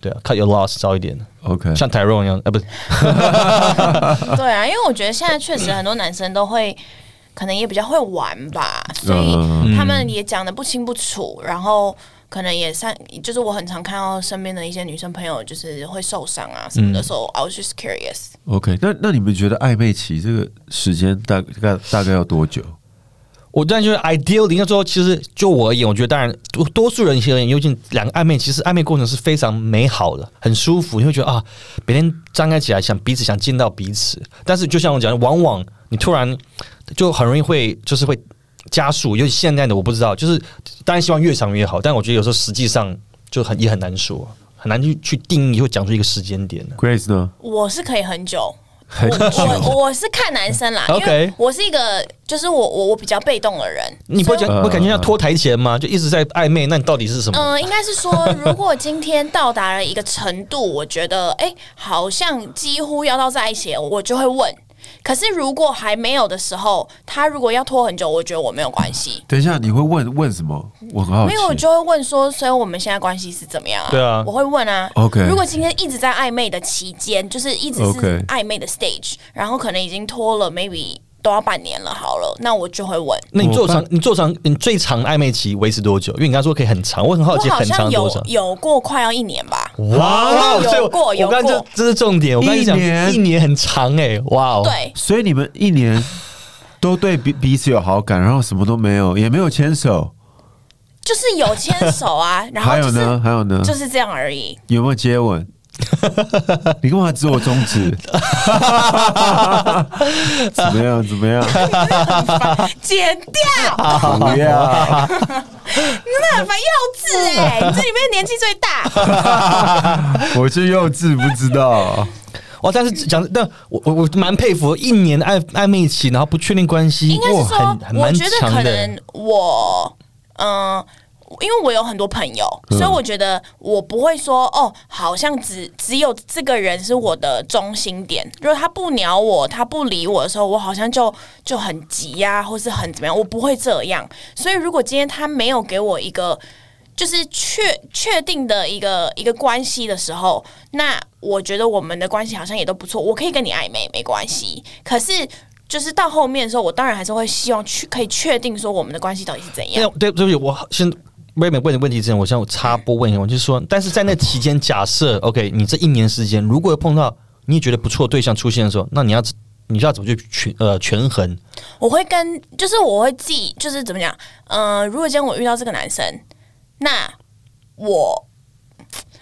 S1: 对啊，cut your loss 早一点，
S3: OK，
S1: 像 Tyrone 一样，呃，不是，
S2: 对啊，因为我觉得现在确实很多男生都会，可能也比较会玩吧，所以
S3: 嗯
S2: 他们也讲的不清不楚，然后可能也善，就是我很常看到身边的一些女生朋友就是会受伤啊什么
S3: 嗯
S2: 的时候、i was just curious。
S3: OK，那那你们觉得暧昧期这个时间大概大概要多久？
S1: 我当然就是 ideally 那时候，其实就我而言，我觉得当然多多数人一些人，尤其两个暧昧，其实暧昧过程是非常美好的，很舒服，你会觉得啊，每天张开起来想彼此想见到彼此。但是就像我讲，的，往往你突然就很容易会就是会加速，尤其现在的我不知道，就是当然希望越长越好，但我觉得有时候实际上就很也很难说，很难去去定义或讲出一个时间点的。
S3: Grace 呢？
S2: 我是可以很久。
S3: 很
S2: 我我是看男生 啦因
S1: OK
S2: 为我是一个就是我我我比较被动的人，
S1: 你不会
S2: 所以
S1: 讲，不感觉像拖台前吗？就一直在暧昧，那你到底是什么？
S2: 嗯、应该是说，如果今天到达了一个程度，我觉得哎、诶好像几乎要到在一起了，我就会问。可是如果还没有的时候，他如果要拖很久，我觉得我没有关系。
S3: 等一下，你会问问什么？我很好
S2: 没
S3: 奇。
S2: 有，我就会问说，所以我们现在关系是怎么样啊？
S1: 对啊
S2: 我会问啊。
S3: OK
S2: 如果今天一直在暧昧的期间，就是一直是
S3: OK
S2: 暧昧的 stage，然后可能已经拖了 maybe 都要半年了，好了，那我就会问。
S1: 那你
S3: 我
S1: 做长
S3: 办，
S1: 你做长，你最长暧昧期维持多久？因为你刚才说可以很长，我很好奇
S2: 我好
S1: 很长
S2: 像
S1: 多
S2: 有
S1: 长。
S2: 有过快要一年吧。
S1: 哇
S2: 有
S1: 所以我
S2: 过有
S1: 我刚刚
S2: 过
S1: 这这是重点。我刚才讲
S3: 一年
S1: 一年很长哎，哇哦，
S2: 对，
S3: 所以你们一年 都对彼彼此有好感，然后什么都没有，也没有牵手，
S2: 就是有牵手啊， 然后
S3: 还
S2: 就
S3: 有
S2: 是
S3: 呢？还有
S1: 嗯
S3: 呢？
S2: 就是这样而已。
S3: 有没有接吻？你干嘛指我中 指？ 怎么样？怎么样？
S2: 剪
S1: 啊
S2: 掉，
S3: 不 要！
S2: 你真的很烦幼稚哎、你这里面年纪 最大。
S3: 我是幼稚，不知道。
S1: 哇！哦但是讲，但我我我蛮佩服一年暧暧昧期，然后不确定关系，
S2: 应该
S1: 哇
S2: 是
S1: 很
S2: 说
S1: 很，
S2: 我
S1: 蛮
S2: 觉得
S1: 强
S2: 可
S1: 的。哎
S2: 能我，嗯、因为我有很多朋友，所以我觉得我不会说哦，好像只只有这个人是我的中心点。如果他不鸟我，他不理我的时候，我好像就就很急呀、或是很怎么样，我不会这样。所以如果今天他没有给我一个就是确确定的一个一个关系的时候，那我觉得我们的关系好像也都不错，我可以跟你暧昧没关系。可是就是到后面的时候，我当然还是会希望去可以确定说我们的关系到底是怎
S1: 因
S2: 样。
S1: 为对对不起，我先 Raymond 问的问题之前，我想我插播问一下，我就是说，但是在那期间，假设 OK，你这一年时间，如果有碰到你也觉得不错的对象出现的时候，那你要你要怎么去权呃权衡？
S2: 我会跟，就是我会自己，就是怎么讲，嗯、如果今天我遇到这个男生，那我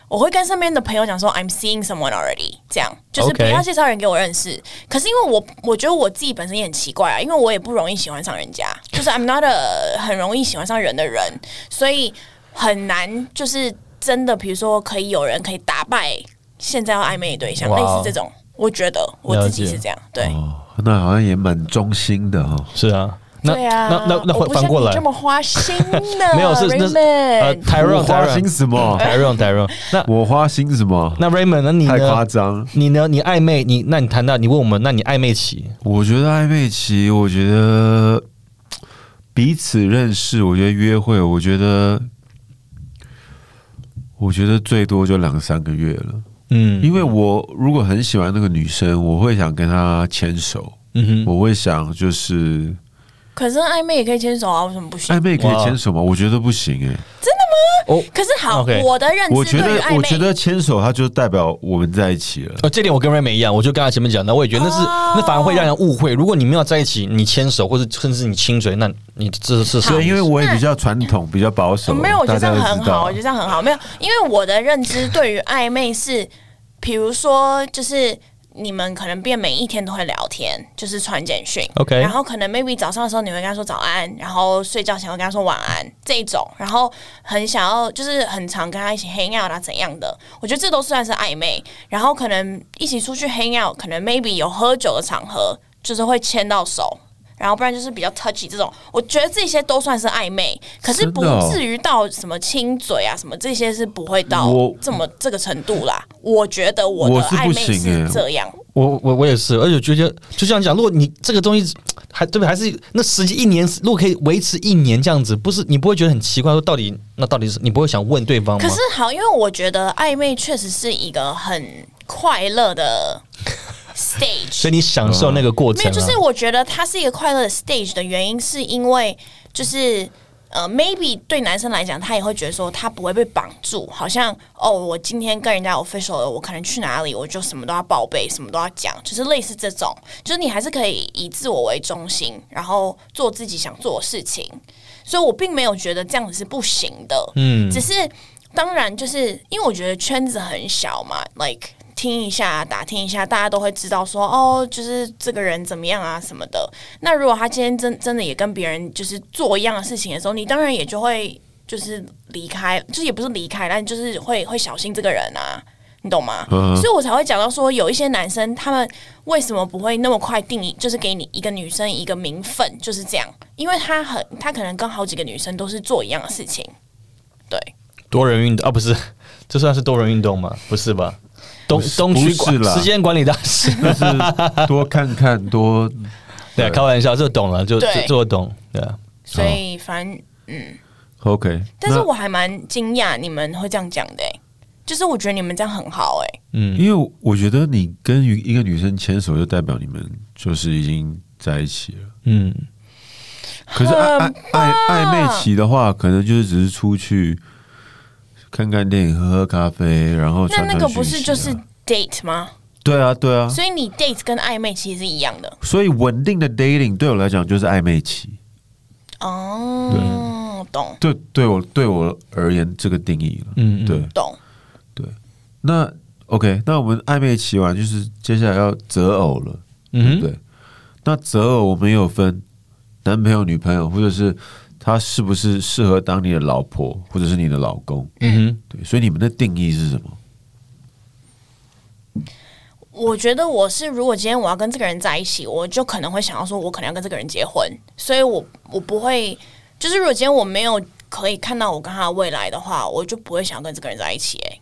S2: 我会跟身边的朋友讲说，I'm seeing someone already，这样就是不
S1: OK
S2: 要介绍人给我认识。可是因为我我觉得我自己本身也很奇怪啊，因为我也不容易喜欢上人家，就是 I'm not a 很容易喜欢上人的人，所以很难就是真的，比如说可以有人可以打败现在要暧昧的对象，
S1: 哇
S2: 类
S1: 哦
S2: 似这种。我觉得我自己是这样，对。
S4: 哦，
S3: 那好像也蛮忠心的哈、哦
S1: 是啊，那
S2: 对啊，
S1: 那那那
S2: 我
S1: 反
S2: 不
S1: 反
S2: 像
S1: 过
S2: 你
S1: 来
S2: 这，么花心的，
S1: 没有是那是呃
S2: Raymond。
S1: Tyrone
S3: 我花
S1: Tyrone
S3: 心什么？
S1: Tyrone Tyrone，那
S3: 我花心什么？
S1: 那 Raymond 那你
S3: 太夸
S1: 呢？
S3: 张！
S1: 你呢？你暧昧你那你谈到你问我们，那你暧昧期
S3: 我觉得暧昧期，我觉得彼此认识，我觉得约会，我觉得，我觉得最多就两三个月了。
S1: 嗯
S3: 因为我如果很喜欢那个女生，我会想跟她牵手，
S1: 嗯哼
S3: 我会想就是
S2: 可是暧昧也可以牵手啊，为什么不行
S1: 哎
S3: 暧？昧可以
S1: 哇
S3: 牵手吗？我觉得不行哎、
S1: 哦
S2: 可是好
S1: OK
S2: 我的认
S3: 我
S2: 知
S3: 觉
S2: 对于
S3: 得
S2: 暧昧，啊
S3: 我觉得牵手，它就代表我们在一起了。
S1: 哦，这点我跟 Raymond 一样，我就跟他前面讲的，我也觉得那是、
S2: 哦
S1: 那反而会让人误会。如果你们要在一起，你牵手或者甚至你亲嘴，那你这是是
S3: 对，因为我也比较传统，比较保守。
S2: 嗯没有，我觉得这
S3: 大
S2: 样
S3: 家都
S2: 很
S3: 知道啊
S2: 好，我觉得这样很好。没有，因为我的认知对于暧昧 是，比如说就是。你们可能变每一天都会聊天，就是传简讯
S1: OK
S2: 然后可能 maybe 早上的时候你会跟他说早安，然后睡觉前会跟他说晚安这一种，然后很想要就是很常跟他一起 hang out 啊怎样的，我觉得这都算是暧昧。然后可能一起出去 hang out，可能 maybe 有喝酒的场合，就是会牵到手，然后不然就是比较 touchy 这种，我觉得这些都算是暧昧，可是
S3: 真的
S2: 不
S3: 哦
S2: 至于。于到什么亲嘴啊什么这些是不会到
S3: 我
S2: 这么这个程度啦。我觉得我
S3: 我
S2: 的
S3: 是不
S2: 暧昧
S3: 行欸
S2: 是这样，
S1: 我我我也是，而且觉得就像你讲，如果你这个东西还对不对，还是那实际一年，如果可以维持一年这样子，不是你不会觉得很奇怪？说到底那到底是你不会想问对方吗？
S2: 可是好，因为我觉得暧昧确实是一个很快乐的
S1: 所
S2: stage。
S1: 以你享受那个过
S2: 没
S1: 程、
S2: 有，
S1: 啊，
S2: 就是我觉得它是一个快乐的 stage 的原因，是因为就是呃，maybe 对男生来讲，他也会觉得说他不会被绑住，好像哦，我今天跟人家 official 了，我可能去哪里，我就什么都要报备，什么都要讲，就是类似这种，就是你还是可以以自我为中心，然后做自己想做的事情。所以我并没有觉得这样子是不行的，嗯，只是当然就是因为我觉得圈子很小嘛，like。听一下，打听一下，大家都会知道说哦，就是这个人怎么样啊什么的。那如果他今天真真的也跟别人就是做一样的事情的时候，你当然也就会就是离开，就是也不是离开，但就是会会小心这个人啊，你懂吗？
S3: 嗯
S2: 所以我才会讲到说，有一些男生他们为什么不会那么快定义，就是给你一个女生一个名分，就是这样，因为他很他可能跟好几个女生都是做一样的事情，对。
S1: 多人运动啊，不是，这算是多人运动吗？不是吧？东
S3: 是
S1: 东区
S3: 不是
S1: 管
S3: 啦
S1: 时间管理大 师，
S3: 就是多看看，多
S1: 对，啊开玩笑，这懂了，就
S2: 对
S1: 这这我懂，对啊。
S2: 所
S3: 哦
S2: 以反正，
S3: OK 那。
S2: 但是我还蛮惊讶你们会这样讲的、欸，就是我觉得你们这样很好、欸，
S1: 嗯
S3: 因为我觉得你跟一个女生牵手，就代表你们就是已经在一起了。
S1: 嗯，
S3: 可是暧暧暧暧昧期的话，可能就是只是出去看看电影、喝喝咖啡，然后
S2: 那
S3: 传
S2: 那
S3: 传
S2: 个不是
S3: 讯息
S2: 就
S3: 啊
S2: 是 date 吗？
S3: 对啊对啊，
S2: 所以你 date 跟暧昧其实是一样的
S3: 所以稳定的 dating 对我来讲就是暧昧期。
S2: 哦，懂
S3: 对对我对我而言这个定义了。
S1: 嗯嗯
S3: 对。
S2: 懂。
S3: 那 OK，那我们暧昧期完，就是接下来要择偶了。对
S1: 嗯
S3: 不
S1: 哼，
S3: 对？那择偶我们也有分男朋友、女朋友，或者是他是不是适合当你的老婆，或者是你的老公？
S1: 嗯哼，
S3: 对，所以你们的定义是什么？
S2: 我觉得我是，如果今天我要跟这个人在一起，我就可能会想要说，我可能要跟这个人结婚，所以我我不会，就是如果今天我没有可以看到我跟他的未来的话，我就不会想跟这个人在一起、欸。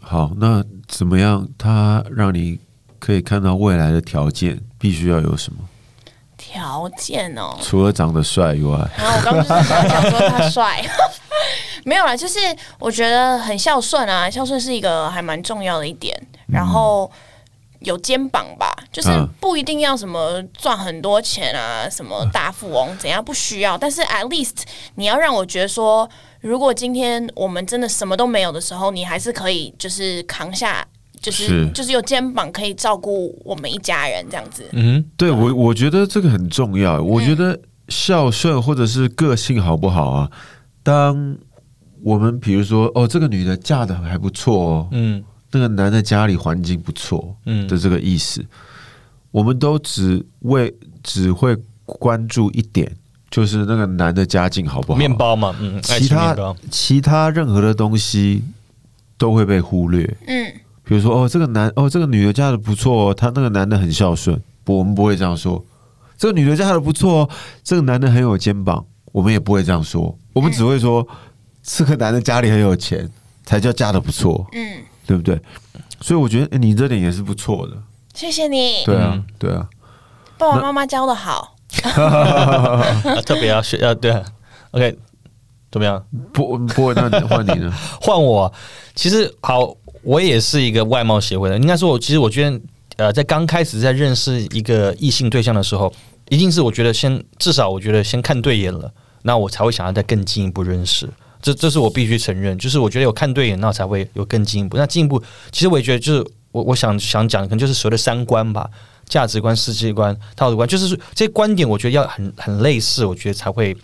S3: 好，那怎么样？他让你可以看到未来的条件，必须要有什么？
S2: 条件哦、
S3: 除了长得帅以外，
S2: 然后我刚刚就是想讲说他帅， 没有啦，就是我觉得很孝顺啊，孝顺是一个还蛮重要的一点，然后有肩膀吧，就是
S3: 嗯
S2: 不一定要什么赚很多钱啊，什么大富翁怎样不需要，但是 at least 你要让我觉得说，如果今天我们真的什么都没有的时候，你还是可以就是扛下。就是
S3: 是
S2: 就是有肩膀可以照顾我们一家人这样子，
S1: 嗯
S3: 对我，我觉得这个很重要。我觉得孝顺或者是个性好不好啊？当我们比如说，哦，这个女的嫁的还不错哦，
S1: 嗯
S3: 那个男的家里环境不错
S1: 嗯
S3: 的这个意思，我们都只为只会关注一点，就是那个男的家境好不好，
S1: 面包嘛，嗯，爱
S3: 其
S1: 情
S3: 他
S1: 面包，
S3: 其他任何的东西都会被忽略。
S2: 嗯，
S3: 比如说，哦，这个男，哦，这个女的嫁的不错哦，她那个男的很孝顺，不，我们不会这样说。这个女的嫁的不错哦，这个男的很有肩膀，我们也不会这样说，我们只会说这个男的家里很有钱，才叫嫁的不错，
S2: 嗯，
S3: 对不对？所以我觉得、诶哎你这点也是不错的，
S2: 谢谢你，
S3: 对啊
S1: 嗯，
S3: 对啊，
S2: 爸爸妈妈教的好，
S1: 啊特别要学啊，对啊，OK，怎么样？
S3: 不不会，那你换你呢？
S1: 换我，其实好，我也是一个外貌协会的。应该说我，其实我觉得，呃，在刚开始在认识一个异性对象的时候，一定是我觉得先至少我觉得先看对眼了，那我才会想要再更进一步认识。这这是我必须承认，就是我觉得有看对眼，那才会有更进一步。那进一步，其实我也觉得就是我我想想讲，可能就是所谓的三观吧。价值观、世界观、道德观，就是说这些观点，我觉得要很很类似，我觉得才会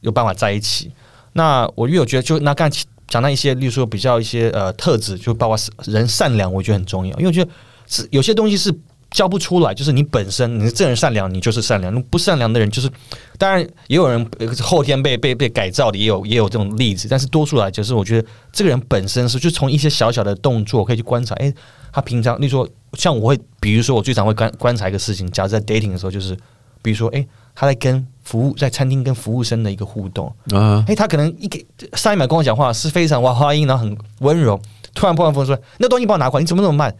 S1: 有办法在一起。那我因为我觉得就那刚才讲到一些，例如说比较一些呃特质，就包括人善良，我觉得很重要，因为我觉得是有些东西是教不出来，就是你本身你是这人善良，你就是善良；不善良的人就是，当然也有人呃后天被被被改造的，也有也有这种例子，但是多数来就是我觉得这个人本身是，就从一些小小的动作可以去观察，诶，哎他平常，例如说像我会，比如说我最常会观观察一个事情，假如在 dating 的时候，就是比如说诶，他在跟服务在餐厅跟服务生的一个互动，
S3: 啊
S1: 哎、，他可能一个上一秒跟我讲话是非常哇花音，然后很温柔，突然破完风说：“那东西帮我拿过来，你怎么那么慢？”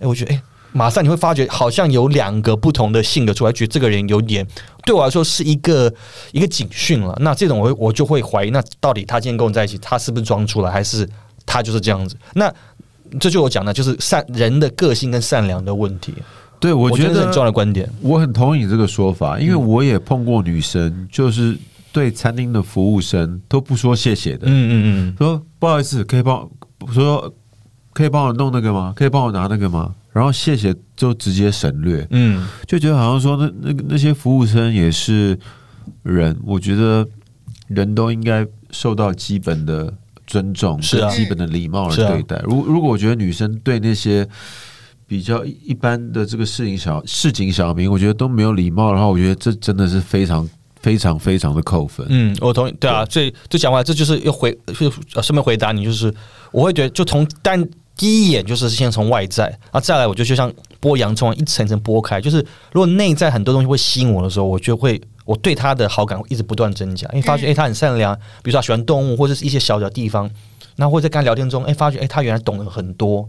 S1: 哎、我觉得哎、诶马上你会发觉好像有两个不同的性格出来，觉得这个人有点对我来说是一个一个警讯了。那这种我会我就会怀疑，那到底他今天跟我在一起，他是不是装出来，还是他就是这样子？那这就我讲的，就是善人的个性跟善良的问题，
S3: 对，我
S1: 我觉
S3: 觉
S1: 得是很
S3: 得
S1: 重要的嗯观点。
S3: 我很同意你这个说法，因为我也碰过女生，就是对餐厅的服务生都不说谢谢的，
S1: 嗯嗯
S3: 说不好意思，可以帮我说可以帮我弄那个吗？可以帮我拿那个吗？然后谢谢就直接省略，
S1: 嗯嗯，
S3: 就觉得好像说那那那些服务生也是人，我觉得人都应该受到基本的尊重，
S1: 是啊
S3: 跟基本的礼貌来
S1: 是啊
S3: 对待。如、如果我觉得女生对那些比较一般的这个市井小市井小民，我觉得都没有礼貌的话，我觉得这真的是非常非常非常的扣分。
S1: 嗯，我同意，对啊，所以就讲回来，这就是又回，就是呃顺便回答你，就是我会觉得，就从但第一眼就是先从外在，啊，再来我就就像剥洋葱一层一层剥开，就是如果内在很多东西会吸引我的时候，我就会我对他的好感会一直不断增加，因为发觉诶，他很善良，比如说他喜欢动物或者是一些小小的地方，那或者在跟他聊天中，诶，发觉诶，他原来懂得很多，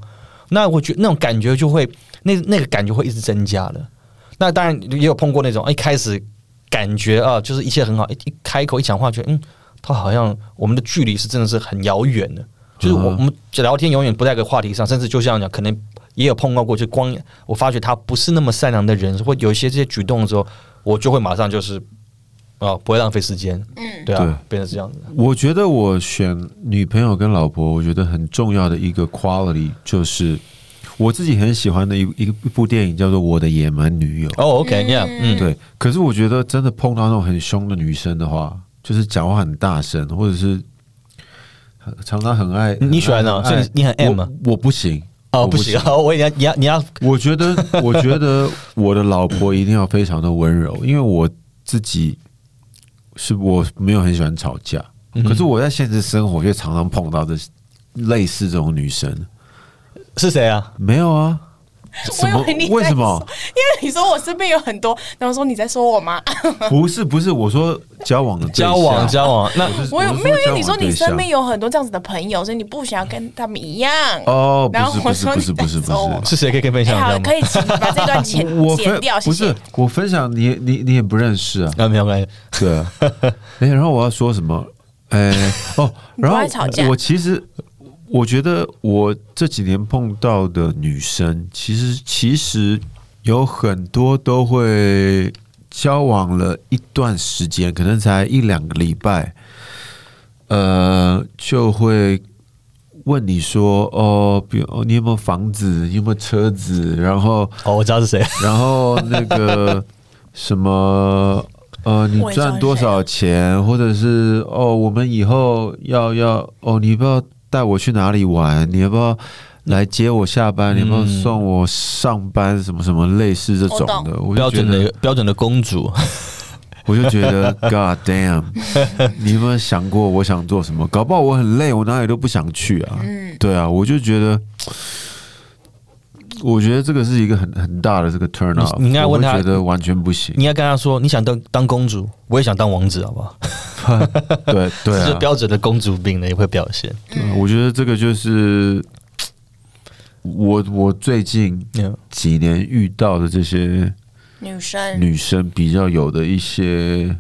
S1: 那我觉得那种感觉就会那那个感觉会一直增加的。那当然也有碰过那种一开始感觉啊，就是一切很好，一一开口一讲话，觉得嗯，他好像我们的距离是真的是很遥远的，就是我
S3: 嗯
S1: 我们聊天永远不在一个话题上，甚至就像讲，可能也有碰到过，就光我发觉他不是那么善良的人，或有一些这些举动的时候，我就会马上就是啊，不会浪费时间，
S2: 嗯，
S1: 对啊，
S3: 对
S1: 变成这样子，
S3: 我觉得我选女朋友跟老婆，我觉得很重要的一个 quality 就是我自己很喜欢的一一个一部电影叫做《我的野蛮女友》。
S1: 哦，OK，yeah，嗯，
S3: 对，可是我觉得真的碰到那种很凶的女生的话，就是讲话很大声，或者是呃常常很爱。
S1: 你喜欢呢
S3: 很爱
S1: 所以你你很 M 吗
S3: 我我不行，
S1: 哦，
S3: 我
S1: 不
S3: 不
S1: 行，哦，我以为你要你要你
S3: 我觉得，我觉得我的老婆一定要非常的温柔，因为我自己是我没有很喜欢吵架，
S1: 嗯
S3: 可是我在现实生活却常常碰到这类似这种女生。
S1: 要是谁啊？
S3: 没有啊，什么
S2: 我以为你？在
S3: 为什么？
S2: 因为 你说我身边有很多，然后说你在说我吗？啊
S3: 不是不是，我说交往的对啊
S1: 交往
S3: 象
S1: 交往，那
S3: 是
S2: 我有
S3: 我是
S2: 没有？因
S3: 交
S2: 为你
S3: 往
S2: 说你
S3: 对
S2: 身
S3: 象
S2: 边有很多这样子的朋友，所以你不想要跟他们一样。
S3: 哦，
S2: 然后
S3: 不
S2: 我
S3: 是
S2: 说
S3: 不是
S2: 你
S3: 不是不是
S2: 在说我
S3: 不是。
S1: 是谁可以跟分
S2: 哎，
S1: 享一
S2: 好
S1: 下，吗
S2: 可？以请把这段剪
S3: 我
S2: 剪
S3: 分
S2: 掉，谢
S3: 不
S2: 谢
S3: 是。我分享你你你也不认识啊，
S1: 啊，没有关系，
S3: 对啊，哎，然后我要说什么？哎、哦，然后
S2: 你不爱吵架
S3: 我其实我觉得我这几年碰到的女生，其实其实有很多都会交往了一段时间，可能才一两个礼拜，呃，就会。问你说哦，比如、哦、你有没有房子，你有没有车子，然后
S1: 哦，我知道是谁，
S3: 然后那个什么呃，你
S2: 我也知道
S3: 赚多
S2: 是谁啊
S3: 少钱，或者是哦，我们以后要要哦，你要不要带我去哪里玩？你要不要来接我下班？你要不要
S1: 嗯
S3: 送我上班？什么什么类似这种的，我
S1: 标
S3: 就觉
S1: 准
S3: 得，
S1: 的标准的公主，
S3: 我就觉得 ，God damn！你有没有想过我想做什么？搞不好我很累，我哪里都不想去啊。
S2: 嗯，
S3: 对啊，我就觉得。我觉得这个是一个很很大的这个 turn off，
S1: 你应该问他
S3: 我会觉得完全不行
S1: 你。应该跟她说，你想当当公主，我也想当王子，好不好？
S3: 对对
S1: 这
S3: 啊
S1: 是，标准的公主病的一会表现。
S3: 对啊我觉得这个就是我我最近
S1: Yeah
S3: 几年遇到的这些
S2: 女生
S3: 女生比较有的一些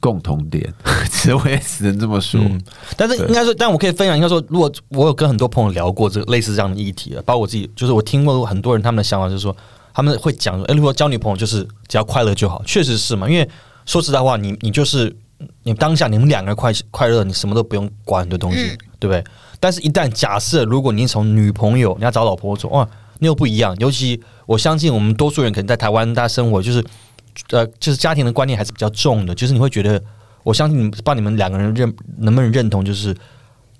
S3: 共同点， 其实我也只能这么说。
S1: 嗯但是应该说，但我可以分享，应该说，如果我有跟很多朋友聊过这个类似这样的议题啊，包括我自己，就是我听过很多人他们的想法，就是说他们会讲说，哎、如果交女朋友就是只要快乐就好，确实是嘛，因为说实在话，你你就是你当下你们两个人快快乐，你什么都不用管很多东西，对不对？但是，一旦假设如果你从女朋友你要找老婆走，哇，那又不一样。尤其我相信我们多数人可能在台湾大家生活就是。呃，就是家庭的观念还是比较重的，就是你会觉得我相信你们，不知道你们两个人认能不能认同，就是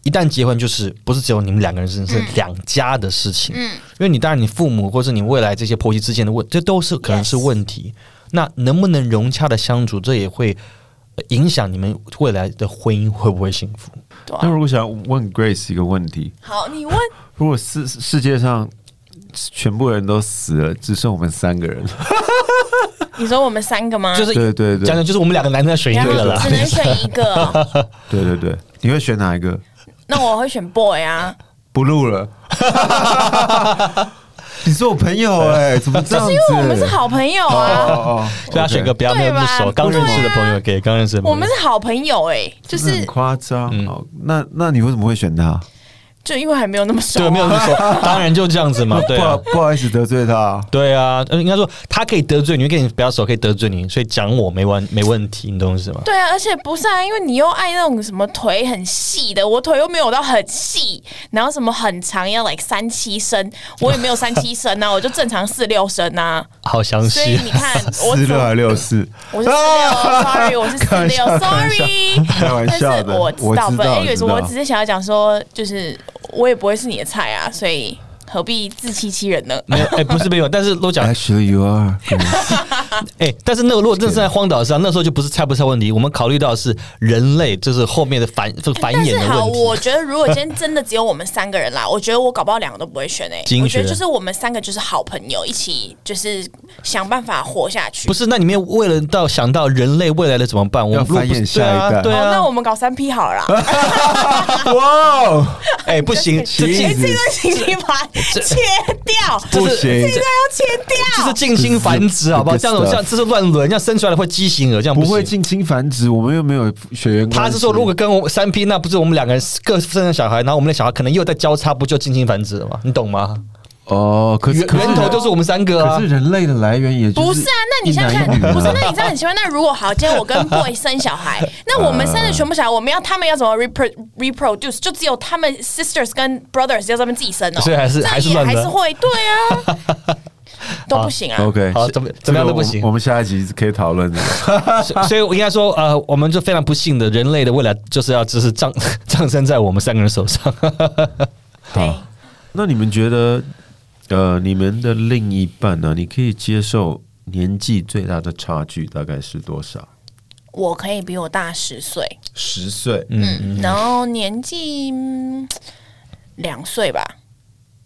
S1: 一旦结婚，就是不是只有你们两个人事情，是两家的事情。
S2: 嗯，
S1: 因为你当然你父母或是你未来这些婆媳之间的问，这都是可能是
S2: Yes
S1: 问题。那能不能融洽的相处，这也会呃影响你们未来的婚姻会不会幸福。
S2: 对啊
S3: 那如果想问 Grace 一个问题，
S2: 好，你问
S3: 如果世世界上全部人都死了，只剩我们三个人了，
S2: 你说我们三个吗？
S1: 就是
S3: 对对
S1: 讲
S3: 对
S1: 讲，就是我们两个男生要选一
S2: 然后
S1: 个了啦
S2: 只。能选一个 哦，
S3: 对对对，你会选哪一个？
S2: 那我会选 boy 啊，
S3: 不录 了。你是我朋友哎、怎么这样子？
S2: 因为我们是好朋友啊，
S3: 哦，
S1: 所以要选个
S3: OK
S1: 不要那么不熟，
S2: 对吧啊
S1: 刚认识的朋友给刚认识的朋友。
S2: 我们是好朋友哎，就
S3: 真的
S2: 是
S3: 很夸张。
S1: 嗯
S3: 哦那那你为什么会选他？
S2: 就因为还没有那么熟啊，
S1: 对没有那么熟，当然就这样子嘛，对
S3: 不
S1: 啊
S3: 好。不好意思得罪他，
S1: 对啊，呃应该说他可以得罪你，跟你比较熟可以得罪你，所以讲我没问没问题，你懂我意思吗？
S2: 对啊，而且不是啊，因为你又爱那种什么腿很细的，我腿又没有到很细，然后什么很长要 like 三七身，我也没有三七身啊，我就正常四六身啊。
S1: 好详
S2: 所以
S1: 细，
S2: 你看，我
S3: 四六还六 四？
S2: 我是四六，sorry，我是四
S3: 开玩
S2: 六
S3: 笑
S2: ，sorry，
S3: 开玩
S2: 但是
S3: 笑的
S2: 我知道
S3: 我知道
S2: but
S3: 我
S2: anyways，
S3: 知道
S2: 我只是想要讲说，就是我也不会是你的菜啊，所以何必自欺欺人呢？
S1: 没有哎、不是 没有，但是都讲
S3: Actually, you are
S1: 哎、但是那个如果真的是在荒岛上，那时候就不是菜不菜问题，我们考虑到的是人类就是后面的繁就繁
S2: 但
S1: 衍
S3: 哎
S2: 是
S1: 的
S2: 好，
S1: 问题。
S2: 我觉得如果今天真的只有我们三个人啦， 我觉得我搞不好两个都不会选诶、
S1: 精
S2: 我觉得
S1: 确
S2: 就是我们三个就是好朋友，一起就是想办法活下去。
S1: 不
S2: 是、
S1: 是，那你们为了到想到人类未来的怎么办？我们
S3: 要繁
S1: 如
S3: 衍
S1: 果不
S3: 下一代
S1: 对
S2: 哦，
S1: 啊，
S2: 那
S1: 对
S2: 我
S1: 啊，
S2: 们搞三 P 好了啦。
S3: 哇，
S1: 哎、不 行，这
S2: 哎、
S1: 近
S2: 这段请你把它切掉，
S3: 不行
S2: 这段要切
S1: 这
S2: 掉
S1: 是。近亲繁殖，好不好？
S3: Good
S1: 这样
S3: stuff
S1: 像这是乱伦，这样生出来的会畸形儿，这样
S3: 不
S1: 行
S3: 会近亲繁殖，我们又没有血缘关系。
S1: 他是说，如果跟我三 P，那不是我们两个人各生了小孩，然后我们的小孩可能又在交叉，不就近亲繁殖了吗？你懂吗？
S3: 哦，可是
S1: 源
S3: 可是
S1: 源头啊就是我们三个
S3: 可
S1: 啊
S3: 是。人类的来源也就
S2: 不是啊，那你
S3: 一
S2: 想想
S3: 男
S2: 看，
S3: 一女啊
S2: 不是？那你这样很奇怪。那如果好，今天 我跟 boy 生小孩，那我们生的全部小孩，我们要他们要怎么 repro reproduce？就只有他们 sisters 跟 brothers 要他们自己生哦，
S1: 所以还是
S2: 那
S1: 还是
S2: 也
S1: 乱的
S2: 还是会对啊， 都不行啊。
S3: OK，
S1: 好怎么怎么样都不
S3: 这个我
S1: 行
S3: 我们下一集可以讨论这个。
S1: 所所以我应该说，呃，我们就非常不幸的，人类的未来就是要就是 葬葬身在我们三个人手 上。
S2: 对，
S3: 那你们觉得，呃，你们的另一半呢、你可以接受年纪最大的差距大概是多少？
S2: 我可以比我大十岁，
S3: 十岁。
S2: 嗯，然后年纪嗯两岁吧，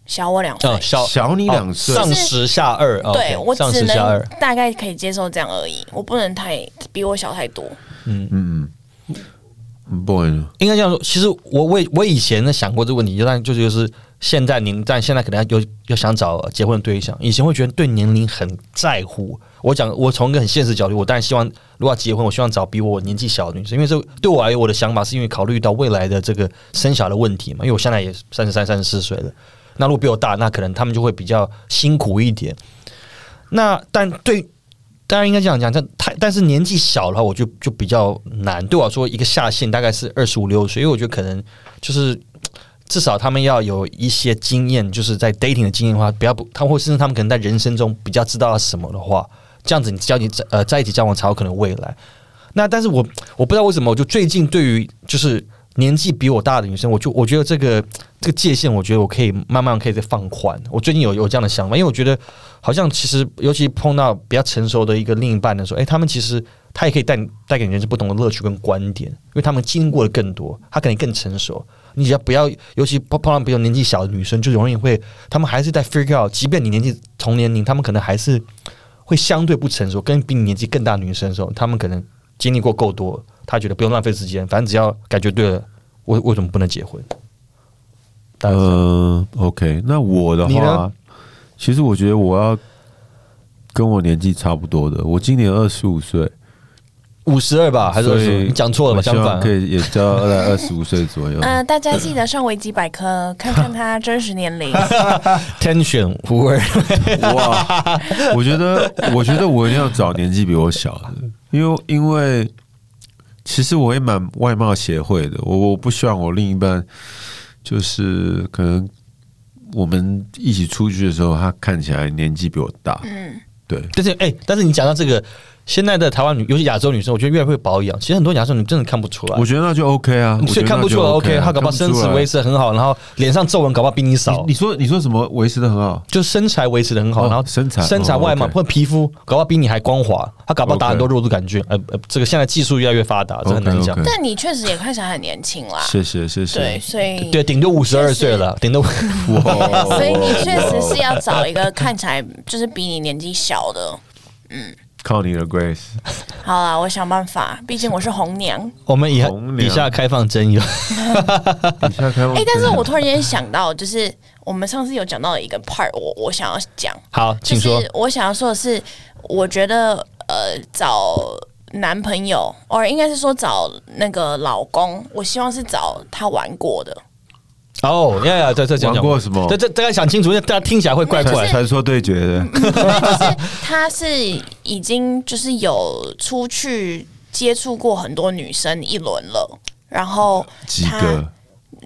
S2: 小我两岁。
S1: 哦，小
S3: 小你两岁
S1: 哦上十下二。哦
S2: 对
S1: OK，
S2: 我
S1: 上
S2: 只
S1: 十下
S2: 能
S1: 二。
S2: 大概可以接受这样而已，我不能太比我小太多。
S3: 嗯 Boy 呢？
S1: 应该这样说，其实我我我以前呢想过这个问题，就但就是就是现在您但现在可能有要想找结婚的对象，以前会觉得对年龄很在乎。我讲，我从一个很现实角度，我当然希望如果要结婚，我希望找比我年纪小的女生，因为这对我来我的想法是因为考虑到未来的这个生小的问题嘛，因为我现在也三十三、三十四岁了。那如果比我大，那可能他们就会比较辛苦一点。那但对，当然应该这样讲，但太但是年纪小的话，我就就比较难。对我来说，一个下限大概是二十五六岁，因为我觉得可能就是至少他们要有一些经验，就是在 dating 的经验的话，不要不，他或甚至他们可能在人生中比较知道什么的话，这样子你交你呃在一起交往才有可能未来。那但是我我不知道为什么，我就最近对于就是年纪比我大的女生，我就我觉得这个这个界限，我觉得我可以慢慢可以再放宽。我最近有有这样的想法，因为我觉得好像其实尤其碰到比较成熟的一个另一半的时候，哎、他们其实他也可以带你带给人是不同的乐趣跟观点，因为他们经过的更多，他可能更成熟。你只要不要，尤其碰碰到比较年纪小的女生，就容易会，他们还是在 figure out，即便你年纪同年龄，他们可能还是会相对不成熟，跟比你年纪更大的女生的时候，他们可能经历过够多，他觉得不用浪费时间，反正只要感觉对了，为为什么不能结婚？大概是这样
S3: 呃，OK，那我的
S1: 你
S3: 话
S1: 呢，
S3: 其实我觉得我要跟我年纪差不多的，我今年二十五岁，
S1: 五十二啊吧，还是
S3: 所
S1: 二
S3: 以
S1: 十？你讲错了吧？
S3: 我希
S1: 相
S3: 望
S1: 反啊，
S3: 可以也交在二十五岁 左
S1: 嗯
S3: 右。
S2: 呃，大家记得上维基百科看看他真实年 龄。
S1: tension 无二，
S3: 哇，我觉得，我觉得我一定要找年纪比我小的，因为因为其实我也蛮外貌协会的，我我不希望我另一半就是可能我们一起出去的时候，他看起来年纪比我大，
S2: 嗯，
S3: 对，
S1: 但是哎、但是你讲到这个，现在的台湾女，尤其亚洲女生，我觉得越来越会保养。其实很多亚洲女真的看不出来
S3: 我，觉得那就 OK 啊，我觉
S1: 所以
S3: 得
S1: 看
S3: 那
S1: 不
S3: 就
S1: 出来。
S3: OK，
S1: OK，
S3: 啊
S1: 她搞不好
S3: 看
S1: 身
S3: 不出
S1: 子
S3: 来
S1: 维持得很好，然后脸上皱纹搞不好啊比你少
S4: 你，说你说什么维持的很好？
S1: 就身材维持得很好，
S3: 哦
S1: 然后
S3: 身材
S1: 身材
S3: 哦
S1: 外貌
S3: OK
S1: 或皮肤搞不好比你还光滑，她搞不好打很多肉毒杆菌。呃呃，这个现在技术越来越发达，这很难
S3: OK，OK
S1: 讲。
S2: 但你确实也看起来很年轻啦，
S3: 谢谢谢谢，
S2: 对，所以
S1: 对，顶多五十二
S2: 确实
S1: 岁了，顶 多。
S3: 哇，
S2: 所以你确实是要找一个看起来就是比你年纪小的。
S3: 靠你了，Grace。
S2: 好啦，我想办法，毕竟我是红娘。
S1: 我们以
S3: 红
S1: 以
S3: 娘
S1: 下开放争议。
S3: 你现在开放
S2: 哎、但是我突然间想到，就是我们上次有讲到的一个 part，我我想要讲，
S1: 好，
S2: 就
S1: 请说
S2: 是。我想要说的是，我觉得呃找男朋友，或应该是说找那个老公，我希望是找他玩过的，
S1: 哦，呀呀，对对，讲
S3: 玩
S1: 讲
S3: 过什么
S1: 这这大家想清楚，因为大家听起来会怪怪
S3: 传。传说对决的，
S2: 嗯就是他是已经就是有出去接触过很多女生一轮了，然后
S3: 几
S2: 他
S3: 个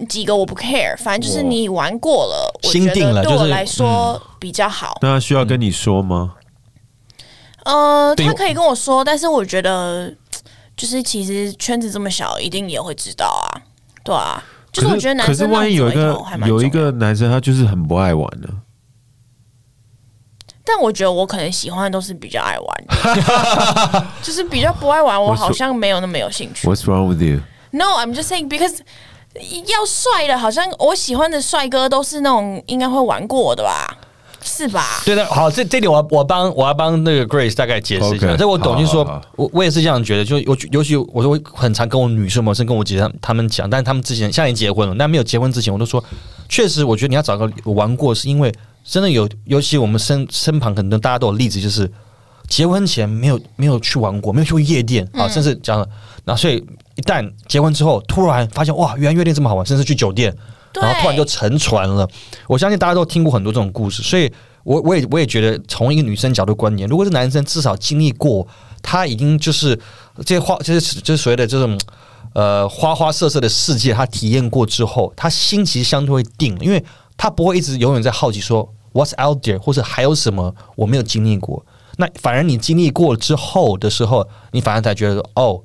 S2: 几个我不 care，反正就是你玩过了，我
S1: 心
S2: 觉
S1: 定了
S2: 得对
S1: 就
S2: 我
S1: 是
S2: 来说比较好。
S3: 那需要跟你说吗？
S2: 嗯呃，
S1: 对
S2: 他可以跟我说，但是我觉得就是其实圈子这么小，一定也会知道啊，对啊。就是我觉得男
S3: 可是
S2: 生
S3: 万一有
S2: 浪
S3: 一
S2: 子回
S3: 个
S2: 头还蛮
S3: 有一
S2: 重要
S3: 个男生他就是很不爱玩呢、
S2: 的，但我觉得我可能喜欢的都是比较爱玩 的，就是比较不爱玩，我
S3: 我说
S2: 好像没有那么有兴趣。
S3: What's wrong with you？
S2: No, I'm just saying because 要帅的，好像我喜欢的帅哥都是那种应该会玩过的吧，是吧？
S1: 对的，好，这这点我我帮我要帮那个 Grace 大概解释一下。
S3: OK，
S1: 这我懂，
S3: 好
S1: 就是说
S3: 好好，
S1: 我我也是这样觉得，就尤尤其我都会很常跟我女生嘛，甚至跟我姐她她们讲，但是她们之前现在已经结婚了，但没有结婚之前，我都说，确实，我觉得你要找个玩过，是因为真的有，尤其我们身身旁很多大家都有例子，就是结婚前没有没有去玩过，没有去过夜店啊，甚至讲了，那所以一旦结婚之后，突然发现哇，原来夜店这么好玩，甚至去酒店，
S2: 对
S1: 然后突然就沉船了。我相信大家都听过很多这种故事，所以我我也我也觉得，从一个女生角度观点，如果是男生，至少经历过，他已经就是这些花，就是就是所谓的这种。呃，花花色色的世界，他体验过之后，他心其实相对会定了，因为他不会一直永远在好奇说 What's out there，或者还有什么我没有经历过。那反而你经历过之后的时候，你反而才觉得哦，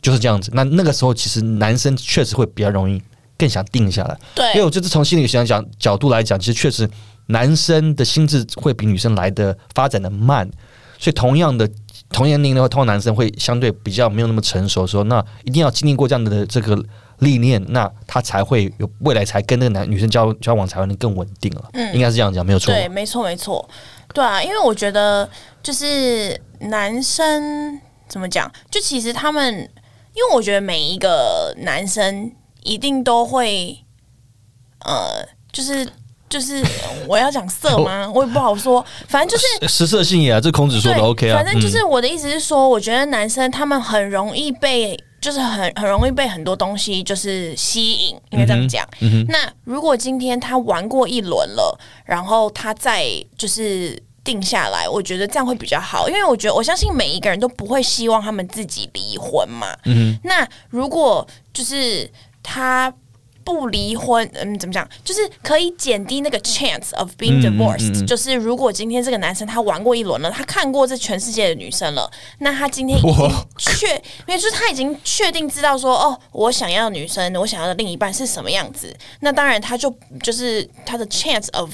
S1: 就是这样子。那那个时候，其实男生确实会比较容易更想定下来。
S2: 对
S1: 因为我这是从心理学上讲角度来讲，其实确实男生的心智会比女生来的发展的慢，所以同样的同年龄的话，通常男生会相对比较没有那么成熟的时候，说那一定要经历过这样的这个历练，那他才会有未来才跟那个男女生交交往才会能更稳定了。
S2: 嗯
S1: 应该是这样讲，没有错。
S2: 对，没错没错，对啊，因为我觉得就是男生怎么讲，就其实他们，因为我觉得每一个男生一定都会，呃，就是就是我要讲色 吗？我也不好说，反正就是
S1: 食色性也啊，这孔子说
S2: 对，
S1: 的 OK 啊，
S2: 反正就
S1: 嗯
S2: 是我的意思是说，我觉得男生他们很容易被，就是很很容易被很多东西就是吸引，应该
S1: 嗯
S2: 这样讲。那如果今天他玩过一轮了，然后他再就是。定下来，我觉得这样会比较好，因为我觉得我相信每一个人都不会希望他们自己离婚嘛。嗯，那如果就是他不离婚，嗯，怎么讲，就是可以减低那个 chance of
S3: 嗯
S2: being divorced、就是如果今天这个男生他玩过一轮了，他看过这全世界的女生了，那他今天已经确，因为就是他已经确定知道说，哦，我想要的女生，我想要的另一半是什么样子，那当然他就就是他的 chance of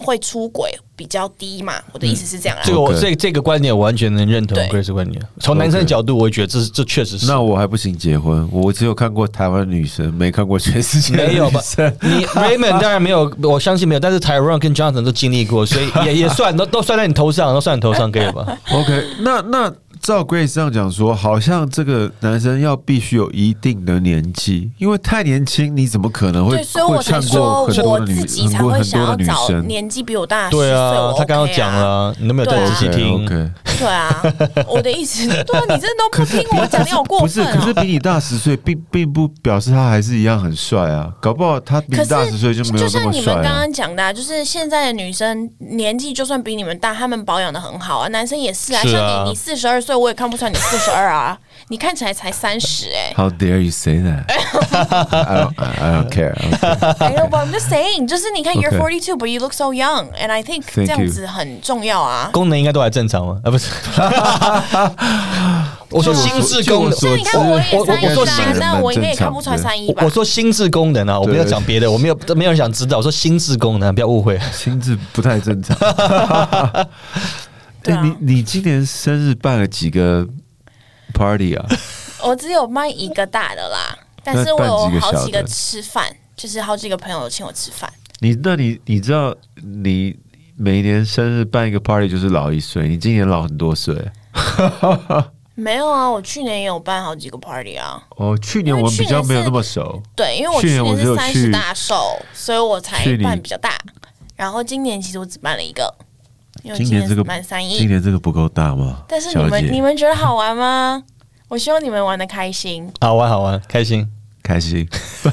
S2: 会出轨比较低嘛。我的意思是这样啦。啊
S1: 这个我
S3: OK
S1: 这这个观点我完全能认同
S2: 对
S1: Grace 的观点。从男生的角度，我也觉得这是这确实是
S3: 那
S4: 那我还不行结婚，我只有看过台湾女生，没看过全世界的
S1: 没有吧
S4: 女生？
S1: 你 Raymond 当然没有，我相信没有，但是 Tyrone 跟 Johnson 都经历过，所以也也算都都算在你头上，都算你头上可啊以吧？
S4: OK，
S3: 那那照 Grace 这样讲说，好像这个男生要必须有一定的年纪，因为太年轻，你怎么可能会
S2: 对，所以我
S3: 会
S2: 才
S3: 看
S2: 说
S3: 过很多
S2: 我
S3: 的女
S2: 自己才
S3: 很多
S2: 会
S3: 很
S2: 想
S3: 多
S2: 要
S3: 的女
S2: 找
S3: 生？
S2: 年纪比我大十岁。
S1: 对
S2: 我
S1: 啊，他
S2: OK
S1: 刚刚讲了啊，你都没有
S2: 对
S1: 再
S2: 啊
S1: 仔细听
S3: OK，
S2: 对啊，我的意思，对啊，你真的都不听我讲，你好过
S3: 不
S2: 分
S3: 是，
S2: 啊！
S3: 可是比你大十岁，并并不表示他还是一样很帅啊。搞不好他比
S2: 可
S3: 你
S2: 是
S3: 大十岁就没有那
S2: 像
S3: 么
S2: 你
S3: 帅
S2: 们刚
S3: 啊。
S2: 刚讲的、啊，就是现在的女生年纪就算比你们大，她们保养的很好啊，男生也是啊。
S1: 是啊
S2: 像你，你四十二岁，我也看不出来你四十二啊， 你看起来才三十 哎。
S3: How dare you say that? I don't, I don't care.
S2: I know, but I'm just saying，就是你看 you're
S3: Okay.
S2: forty two, but you look so young, and I think
S3: Thank
S2: 这样
S3: you.
S2: 子很重要啊。
S1: 功能应该都还正常吗？啊，不是，我说心智功
S3: 据
S1: 能。
S3: 我所
S2: 像你看我也
S1: 我
S2: 三
S1: 我
S2: 一
S1: 说
S2: 啦，
S1: 新
S2: 但我应该也看不出来
S3: 蛮正常
S2: 三一
S1: 我
S2: 吧
S1: 我？说心智功能啊，我没有讲别的，我没有没有人想知道。我说心智功能，不要误会。
S3: 心智不太正常。
S2: 对
S3: 哎
S2: 啊
S3: 你你今年生日办了几个 party 啊？
S2: 我只有卖一个大的啦，但是
S3: 那
S2: 我
S3: 办几
S2: 有
S3: 个
S2: 好
S3: 小
S2: 几个
S3: 的
S2: 吃饭，就是好几个朋友请我吃饭。
S3: 你那你你知道你每年生日办一个 party 就是老一岁，你今年老很多岁。
S2: 没有啊，我去年也有办好几个 party 啊。
S3: 哦，去
S2: 因
S3: 年
S2: 为
S3: 我们
S2: 去
S3: 比较
S2: 年
S3: 没有
S2: 是
S3: 那么熟。
S2: 对，因为我
S3: 去
S2: 去
S3: 年我
S2: 年
S3: 只
S2: 是
S3: 有
S2: 三
S3: 去
S2: 十大寿，所以我才
S3: 去你
S2: 办比较大。然后今年其实我只办了一个，因为
S3: 今
S2: 年
S3: 年这个
S2: 满三
S3: 今
S2: 亿。
S3: 年这个不够大吗？
S2: 但是你
S3: 小姐
S2: 们你们觉得好玩吗？我希望你们玩的开 心。
S1: 好玩好玩，开心。
S3: 开心。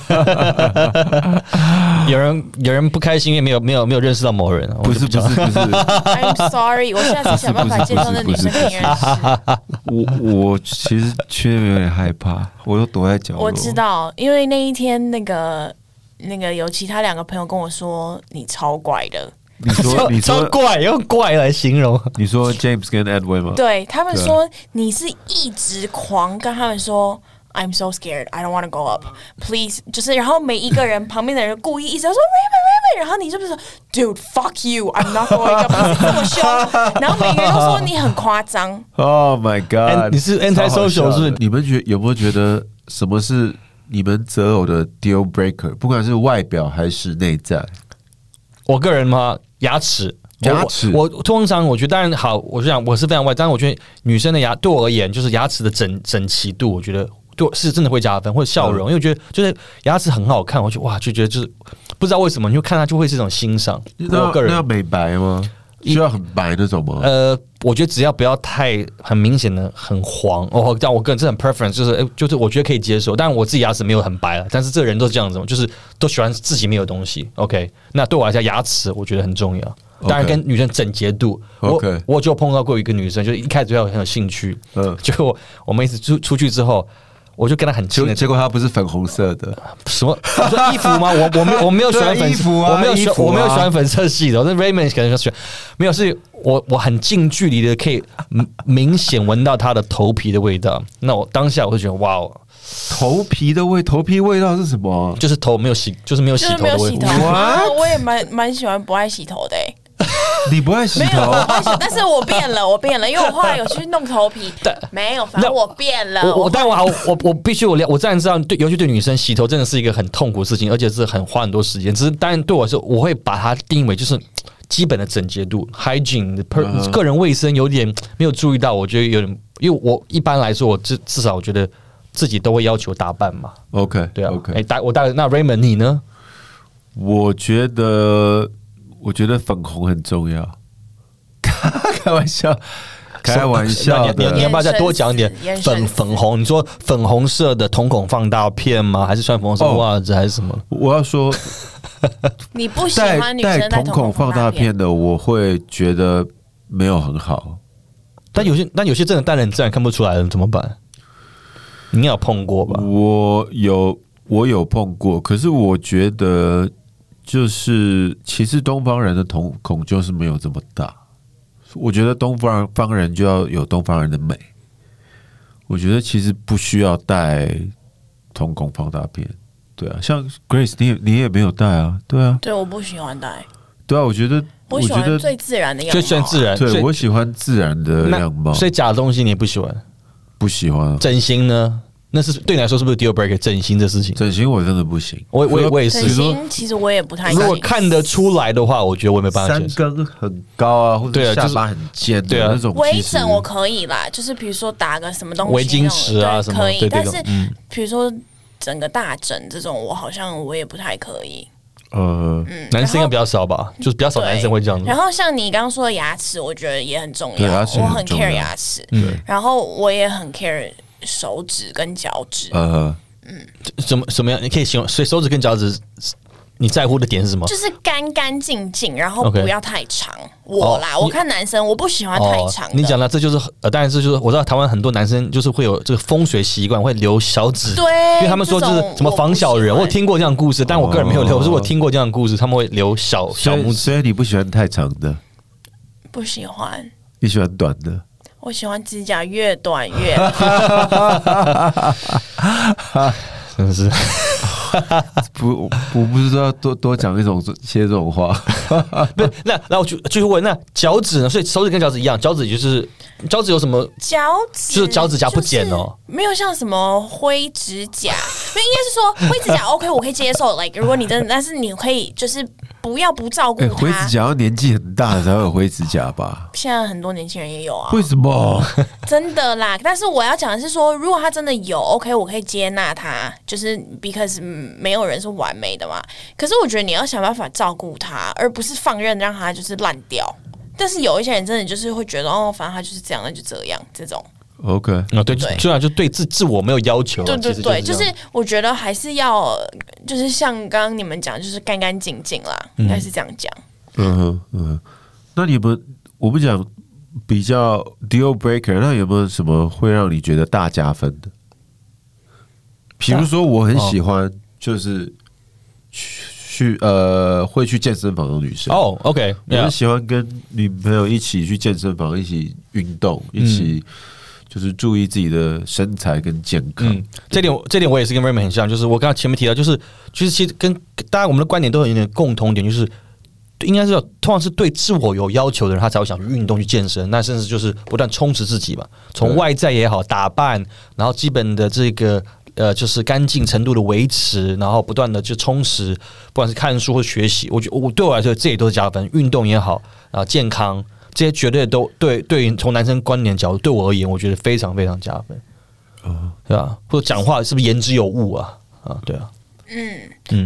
S1: 有人有人不开心，因为没有没有没有认识到某人啊，我
S3: 不
S4: 哦
S1: 就是
S3: 不是不是，
S2: I'm sorry，我下次想办法介绍那女生给你 认识。
S3: 我我其实去那边有点害怕，我都躲在角落。
S2: 我知，道，因为那一天那个那个有其他两个朋友跟我说你超怪的，
S3: 你 说你
S1: 超
S3: 说
S1: 怪，用怪来形容。
S3: 你说 James 跟 Edwin 吗？
S2: 对他们
S3: 对啊
S2: 说你是一直狂跟他们说。I'm so scared. I don't want to go up. Please，就是，然后每一个人旁边的人故意一直要说 Raymond Raymond，然后你就是说 Dude fuck you, I'm not going up，你这么凶，然后每个人都说你很夸张。
S3: Oh my
S1: An-
S3: god！
S1: 你是
S3: 超好
S1: anti-social
S3: 笑的
S1: 是不是
S4: 你们觉有没有觉得什么是你们择偶的 deal breaker？不管是外表还是内在，
S1: 我个人嘛，牙齿。我
S4: 牙齿
S1: 我我通常我觉得当然好，我就想我是非常外，但是我觉得女生的牙对我而言，就是牙齿的整整齐度，我觉得对我是真的会加分，或者笑容，因为我觉得就是牙齿很好看，我就哇就觉得就是不知道为什么，你就看它就会是一种欣赏。
S4: 那
S1: 我个
S4: 那要
S1: 人
S4: 美白吗？需要很白那种吗？
S1: 呃，我觉得只要不要太很明显的很黄哦，但我个人是很 preference，就是哎就是我觉得可以接受，但我自己牙齿没有很白啊了，但是这个人都是这样子嘛，就是都喜欢自己没有东西。OK，那对我来讲牙齿我觉得很重要，当然
S4: OK
S1: 跟女生整洁度
S4: OK
S1: 我我就碰到过一个女生，就是一开始对我很有兴趣，
S4: 嗯
S1: 结果我们一起出出去之后。我就跟她很亲
S4: 结
S1: 的，
S4: 结果它不是粉红色的，
S1: 什么？你说衣服吗？我我 没有我没有喜
S4: 对
S1: 欢
S4: 啊
S1: 粉
S4: 衣服啊
S1: 我没有喜
S4: 衣服啊
S1: 我没有喜欢粉色系的。那 Raymond 可能就喜欢，没有，是我我很近距离的可以嗯明显闻到他的头皮的味道。那我当下我就觉得哇哦，
S4: 头皮的味，头皮味道是什么？
S1: 就是头没有洗，就是没有洗
S2: 就是
S1: 头
S2: 没
S1: 的
S2: 有
S1: 味
S2: 洗头
S1: 道。
S2: 啊，我也蛮蛮喜欢不爱洗头的、欸，
S4: 你不爱洗
S2: 没有
S4: 头
S2: 我？不爱洗，但是我变了，我变了，因为我后来有去弄头皮
S1: 但，
S2: 没有，反正
S1: 那
S2: 呃我变了，
S1: 我我但我好我我必须我了我当然知道对，尤其对女生洗头真的是一个很痛苦的事情，而且是很花很多时间。只是当然对我来说，我会把它定义为就是基本的整洁度 （hygiene）、per,
S3: 嗯
S1: 个人卫生有点没有注意到，我觉得有点，因为我一般来说，我至至少我觉得自己都会要求打扮嘛，
S4: OK，
S1: 对啊。
S4: OK，
S1: 哎、大我大概那 Raymond 你呢？
S3: 我觉得，我觉得粉红很重 要。开玩笑，开玩笑
S1: 你要你
S3: 的。
S1: 要不要再多讲一点
S2: 眼神死
S1: 粉
S2: 眼神死
S1: 粉红？你说粉红色的瞳孔放大片吗？还是穿粉红色
S3: 哦
S1: 袜子还是什么？
S3: 我要说，
S2: 你不喜
S3: 戴
S2: 欢女
S3: 戴
S2: 生戴
S3: 瞳孔放大
S2: 大
S3: 片，的，我会觉得没有很好。
S1: 但有些但有些真的戴了你自然看不出来了，怎么办？你应该有碰过
S3: 嗯
S1: 吧？
S3: 我有我有碰过，可是我觉得就是其实东方人的瞳孔就是没有这么大。我觉得东方方人就要有东方人的美。我觉得其实不需要戴瞳孔放大片，对啊，像 Grace 你也你也没有戴啊，对啊，
S2: 对，我不喜欢戴，
S3: 对啊，我觉得
S2: 我
S3: 我
S2: 喜
S3: 觉
S2: 欢
S3: 得
S2: 最自然的样
S1: 就
S2: 子，
S1: 算自然，所
S3: 对
S1: 以
S3: 我喜欢自然的
S1: 那
S3: 样貌，
S1: 所以假的东西你也不喜欢。
S3: 不喜欢啊
S1: 整形呢？那是对你来说是不是 deal breaker？整形这事情，
S3: 整形，我真的不行。
S1: 我我也我也
S2: 整
S1: 是。
S2: 形其实我也不太
S1: 如
S2: 喜
S1: 果
S2: 欢。
S1: 看得出来的话，我觉得我也没办法接
S4: 三
S1: 受。
S4: 根很高啊，或
S1: 对
S4: 者
S1: 啊就是
S4: 下巴很尖的
S1: 对啊
S4: 那种，
S2: 微
S4: 其实
S2: 整我可以啦，就是比如说打个什么东西，
S1: 围巾石啊
S2: 那
S1: 什
S2: 种对
S1: 么
S2: 可以
S1: 对，对
S2: 但
S1: 对
S2: 是比如说整个大整这种，我好像我也不太可以。
S3: 呃，
S2: 嗯，
S1: 男生应该
S2: 然后
S1: 比较少吧，就是比较少
S2: 对
S1: 男生会这样子
S2: 然。后像你刚刚说的牙齿，我觉得也很重
S3: 对
S2: 要，
S3: 牙齿
S2: 我
S3: 很
S2: 很
S3: 重要
S2: care 牙齿，
S1: 嗯，
S2: 然后我也很 care 手指跟脚趾，
S3: 呃，
S1: 怎么怎么样？你可以形容，所以手指跟脚趾，你在乎的点是什么
S2: 就？是干干净净，然后
S1: OK
S2: 不要太长。我啦，
S1: 哦
S2: 我看男生我不喜欢太长的。
S1: 你讲的这就是呃，当然是就是我知道台湾很多男生就是会有这个风水习惯，会留小指，
S2: 对
S1: 因为他们说就是
S2: 这种
S1: 什么防小人，我
S2: 我不喜欢
S1: 有听过这样的故事，但我个人没有留，
S3: 哦
S1: 可是我听过这样的故事，他们会留小小
S3: 所以
S1: 拇指。
S3: 所以你不喜欢太长的，
S2: 不喜欢，
S3: 你喜欢短的。
S2: 我喜欢指甲越短 越好。
S1: 真的是，
S3: 不，我不是说要多多讲一种些这 种话，
S1: 不是那那我就继续问，那脚趾呢？所以手指跟脚趾一样，脚趾也就是脚趾有什么？
S2: 脚趾
S1: 就是脚趾甲不剪哦，
S2: 就是没有像什么灰指甲，没有应 该是说灰指甲 OK 我可以接受，like 如果你真的，但是你可以就是不要不照顾
S3: 哎、
S2: 它。
S3: 灰指甲要年纪很大才会有灰指甲吧？
S2: 现在很多年轻人也有啊，
S3: 为什么？
S2: 真的啦。但是我要讲的是说，如果他真的有 OK，我可以接纳他，就是 because 嗯没有人是完美的嘛。可是我觉得你要想办法照顾他，而不是放任让他就是烂掉。但是有一些人真的就是会觉得哦，反正他就是这样，那就这样这种。
S3: OK，
S1: 啊，对，
S2: 对
S1: 虽然就对自自我没有要求啊，
S2: 对对
S1: 其实
S2: 对，
S1: 这
S2: 就
S1: 样
S2: 是我觉得还是要，就是像刚刚你们讲，就是干干净净啦，应该是这样讲。
S3: 嗯哼嗯哼，那你们我不讲比较 deal breaker，那有没有什么会让你觉得大加分的？比如说，我很喜欢就是去去呃会去健身房的女生，
S1: 哦，OK，
S3: 我很
S1: yeah，
S3: 喜欢跟女朋友一起去健身房，一起运动，一起
S1: 嗯
S3: 就是注意自己的身材跟健康。
S1: 嗯，这点我这点我也是跟 Raymond 很像，就是我刚刚前面提到，就是就是其实跟大家我们的观点都有一点共同点，就是应该是要通常是对自我有要求的人，他才会想去运动、去健身，那甚至就是不断充实自己吧，从
S3: 对
S1: 外在也好，打扮，然后基本的这个。呃，就是干净程度的维持，然后不断的去充实，不管是看书或学习，我觉我对我来说，这也都是加分。运动也好，啊，健康这些绝对都对对于从男生观点角度，对我而言，我觉得非常非常加分。对啊，或者讲话是不是言之有物啊？啊，对啊，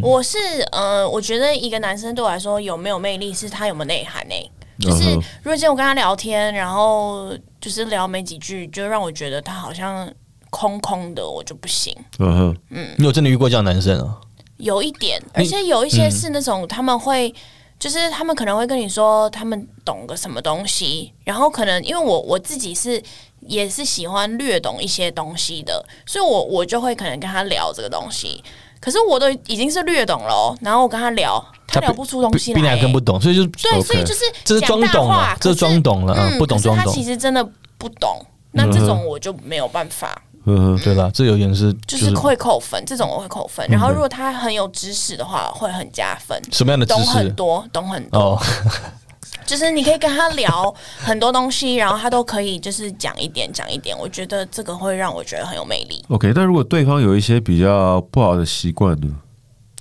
S2: 我是呃，我觉得一个男生对我来说有没有魅力，是他有没有内涵呢、就是
S3: 嗯哼
S2: 如果今天我跟他聊天，然后就是聊没几句，就让我觉得他好像空空的，我就不行。
S3: 嗯哼，
S1: 你有真的遇过这样的男生啊？
S2: 有一点，而且有一
S1: 嗯
S2: 些是那种他们会，就是他们可能会跟你说他们懂个什么东西，然后可能因为我我自己是也是喜欢略懂一些东西的，所以我我就会可能跟他聊这个东西。可是我都已经是略懂了哦，然后我跟他聊，他聊不出东
S1: 比
S2: 西来、
S1: 比你还
S2: 欸
S1: 更不懂，所以就是
S2: 对所以就是
S1: 这是
S2: 讲
S1: 装
S2: 大
S1: 懂
S2: 话
S1: 啊，这是
S2: 可
S1: 装懂了啊，
S2: 嗯
S1: 不懂
S2: 可是
S1: 装
S2: 他
S1: 懂
S2: 其，实真的不懂，那这种我就没有办法。
S3: 嗯哼，
S1: 对吧？这有点是就
S2: 就
S1: 是是嗯
S2: 会扣分，这种我会扣分。然后如果他很有知识的话，会很加分。
S1: 什么样的知
S2: 懂很
S1: 识？
S2: 多，懂很多，
S1: 哦，
S2: 就是你可以跟他聊很多东西，然后他都可以就是讲一点讲一点。我觉得这个会让我觉得很有魅力。
S3: OK，那如果对方有一些比较不好的习惯呢？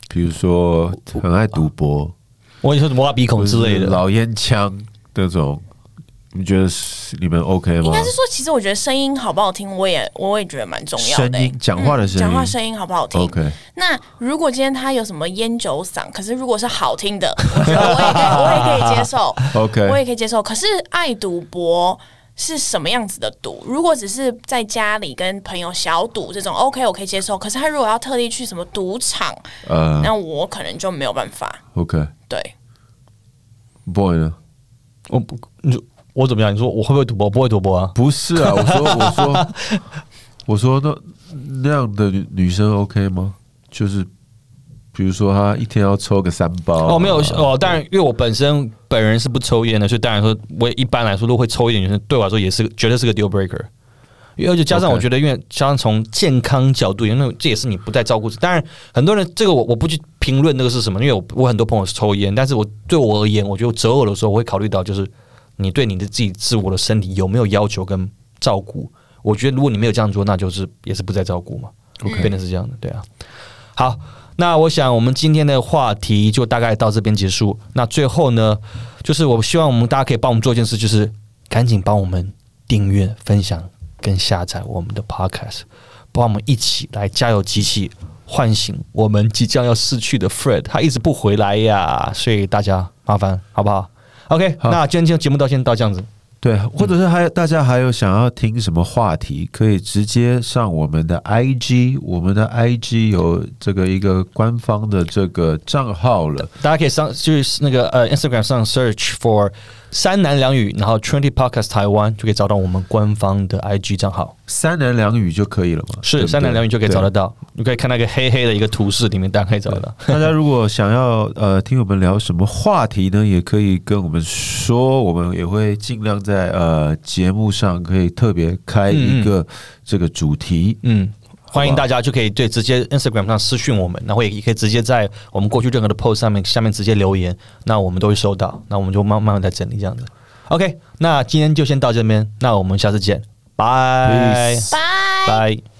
S3: 比如说很爱赌博
S1: 我也是挖鼻孔之类
S3: 或者是
S1: 的，
S3: 老烟枪这种，你觉得是你们 OK
S2: 应
S3: 吗
S2: 该？是说，其实我觉得声音好不好听，我也我也觉得蛮重要的、欸嗯
S3: 声音讲话的声音
S2: 讲话声音好不好听
S3: OK
S2: 那如果今天他有什么烟酒嗓，可是如果是好听的，我觉得我也可以， 我也可以接受
S3: OK
S2: 我也可以接受。可是爱赌博是什么样子的赌？如果只是在家里跟朋友小赌这种，OK，我可以接受。可是他如果要特地去什么赌场，
S3: 呃
S2: 那我可能就没有办法。
S3: ，OK，boy
S2: 对，
S3: 呢？
S1: 我不，你说我怎么样？你说我会不会赌博？不会赌博啊。
S3: 不是 啊，我说我说我说那那样的女女生 OK 吗？就是比如说她一天要抽个三包啊、
S1: 哦，没有哦，当然，因为我本身本人是不抽烟的，所以当然说，我一般来说，如果会抽一点女生，对我来说也是绝对是个 deal breaker。因为而且加上，
S3: OK
S1: 我觉得，因为加上从健康角度，因为这也是你不在照顾自己。当然，很多人这个我我不去评论那个是什么，因为我我很多朋友是抽烟，但是我对我而言，我觉得择偶的时候我会考虑到，就是你对你的自己自我的身体有没有要求跟照顾。我觉得如果你没有这样做，那就是也是不在照顾嘛。变成是这样的，对啊。好，那我想我们今天的话题就大概到这边结束。那最后呢，就是我希望我们大家可以帮我们做一件事，就是赶紧帮我们订阅、分享跟下载我们的 Podcast，帮我们一起来加油机器，唤醒我们即将要逝去的 Fred，他一直不回来呀，所以大家麻烦好不好？OK，
S3: 好
S1: 那今天节目到先到这样子，
S3: 对，或者是还有大家还有想要听什么话题，可以直接上我们的 IG，我们的 IG 有这个一个官方的这个账号了。
S1: 大家可以上就是那个呃 Instagram 上 search for 三男两语，然后 Twenty Podcast 台湾就可以找到我们官方的 IG 账号，
S3: 三男两语就可以了嘛？对
S1: 是
S3: 不对
S1: 三男两语就可以找得。到。你可以看那个黑黑的一个图示，里面大家可以找得到。
S3: 对大家如果想要呃听我们聊什么话题呢，也可以跟我们说，我们也会尽量在呃节目上可以特别开一个这个主题。
S1: 嗯，欢迎大家就可以对直接 Instagram 上私讯我们，然后也也可以直接在我们过去任何的 post 上面下面直接留言，那我们都会收到，那我们就慢慢慢再整理这样子。OK，那今天就先到这边，那我们下次见，拜
S2: 拜。
S1: 拜。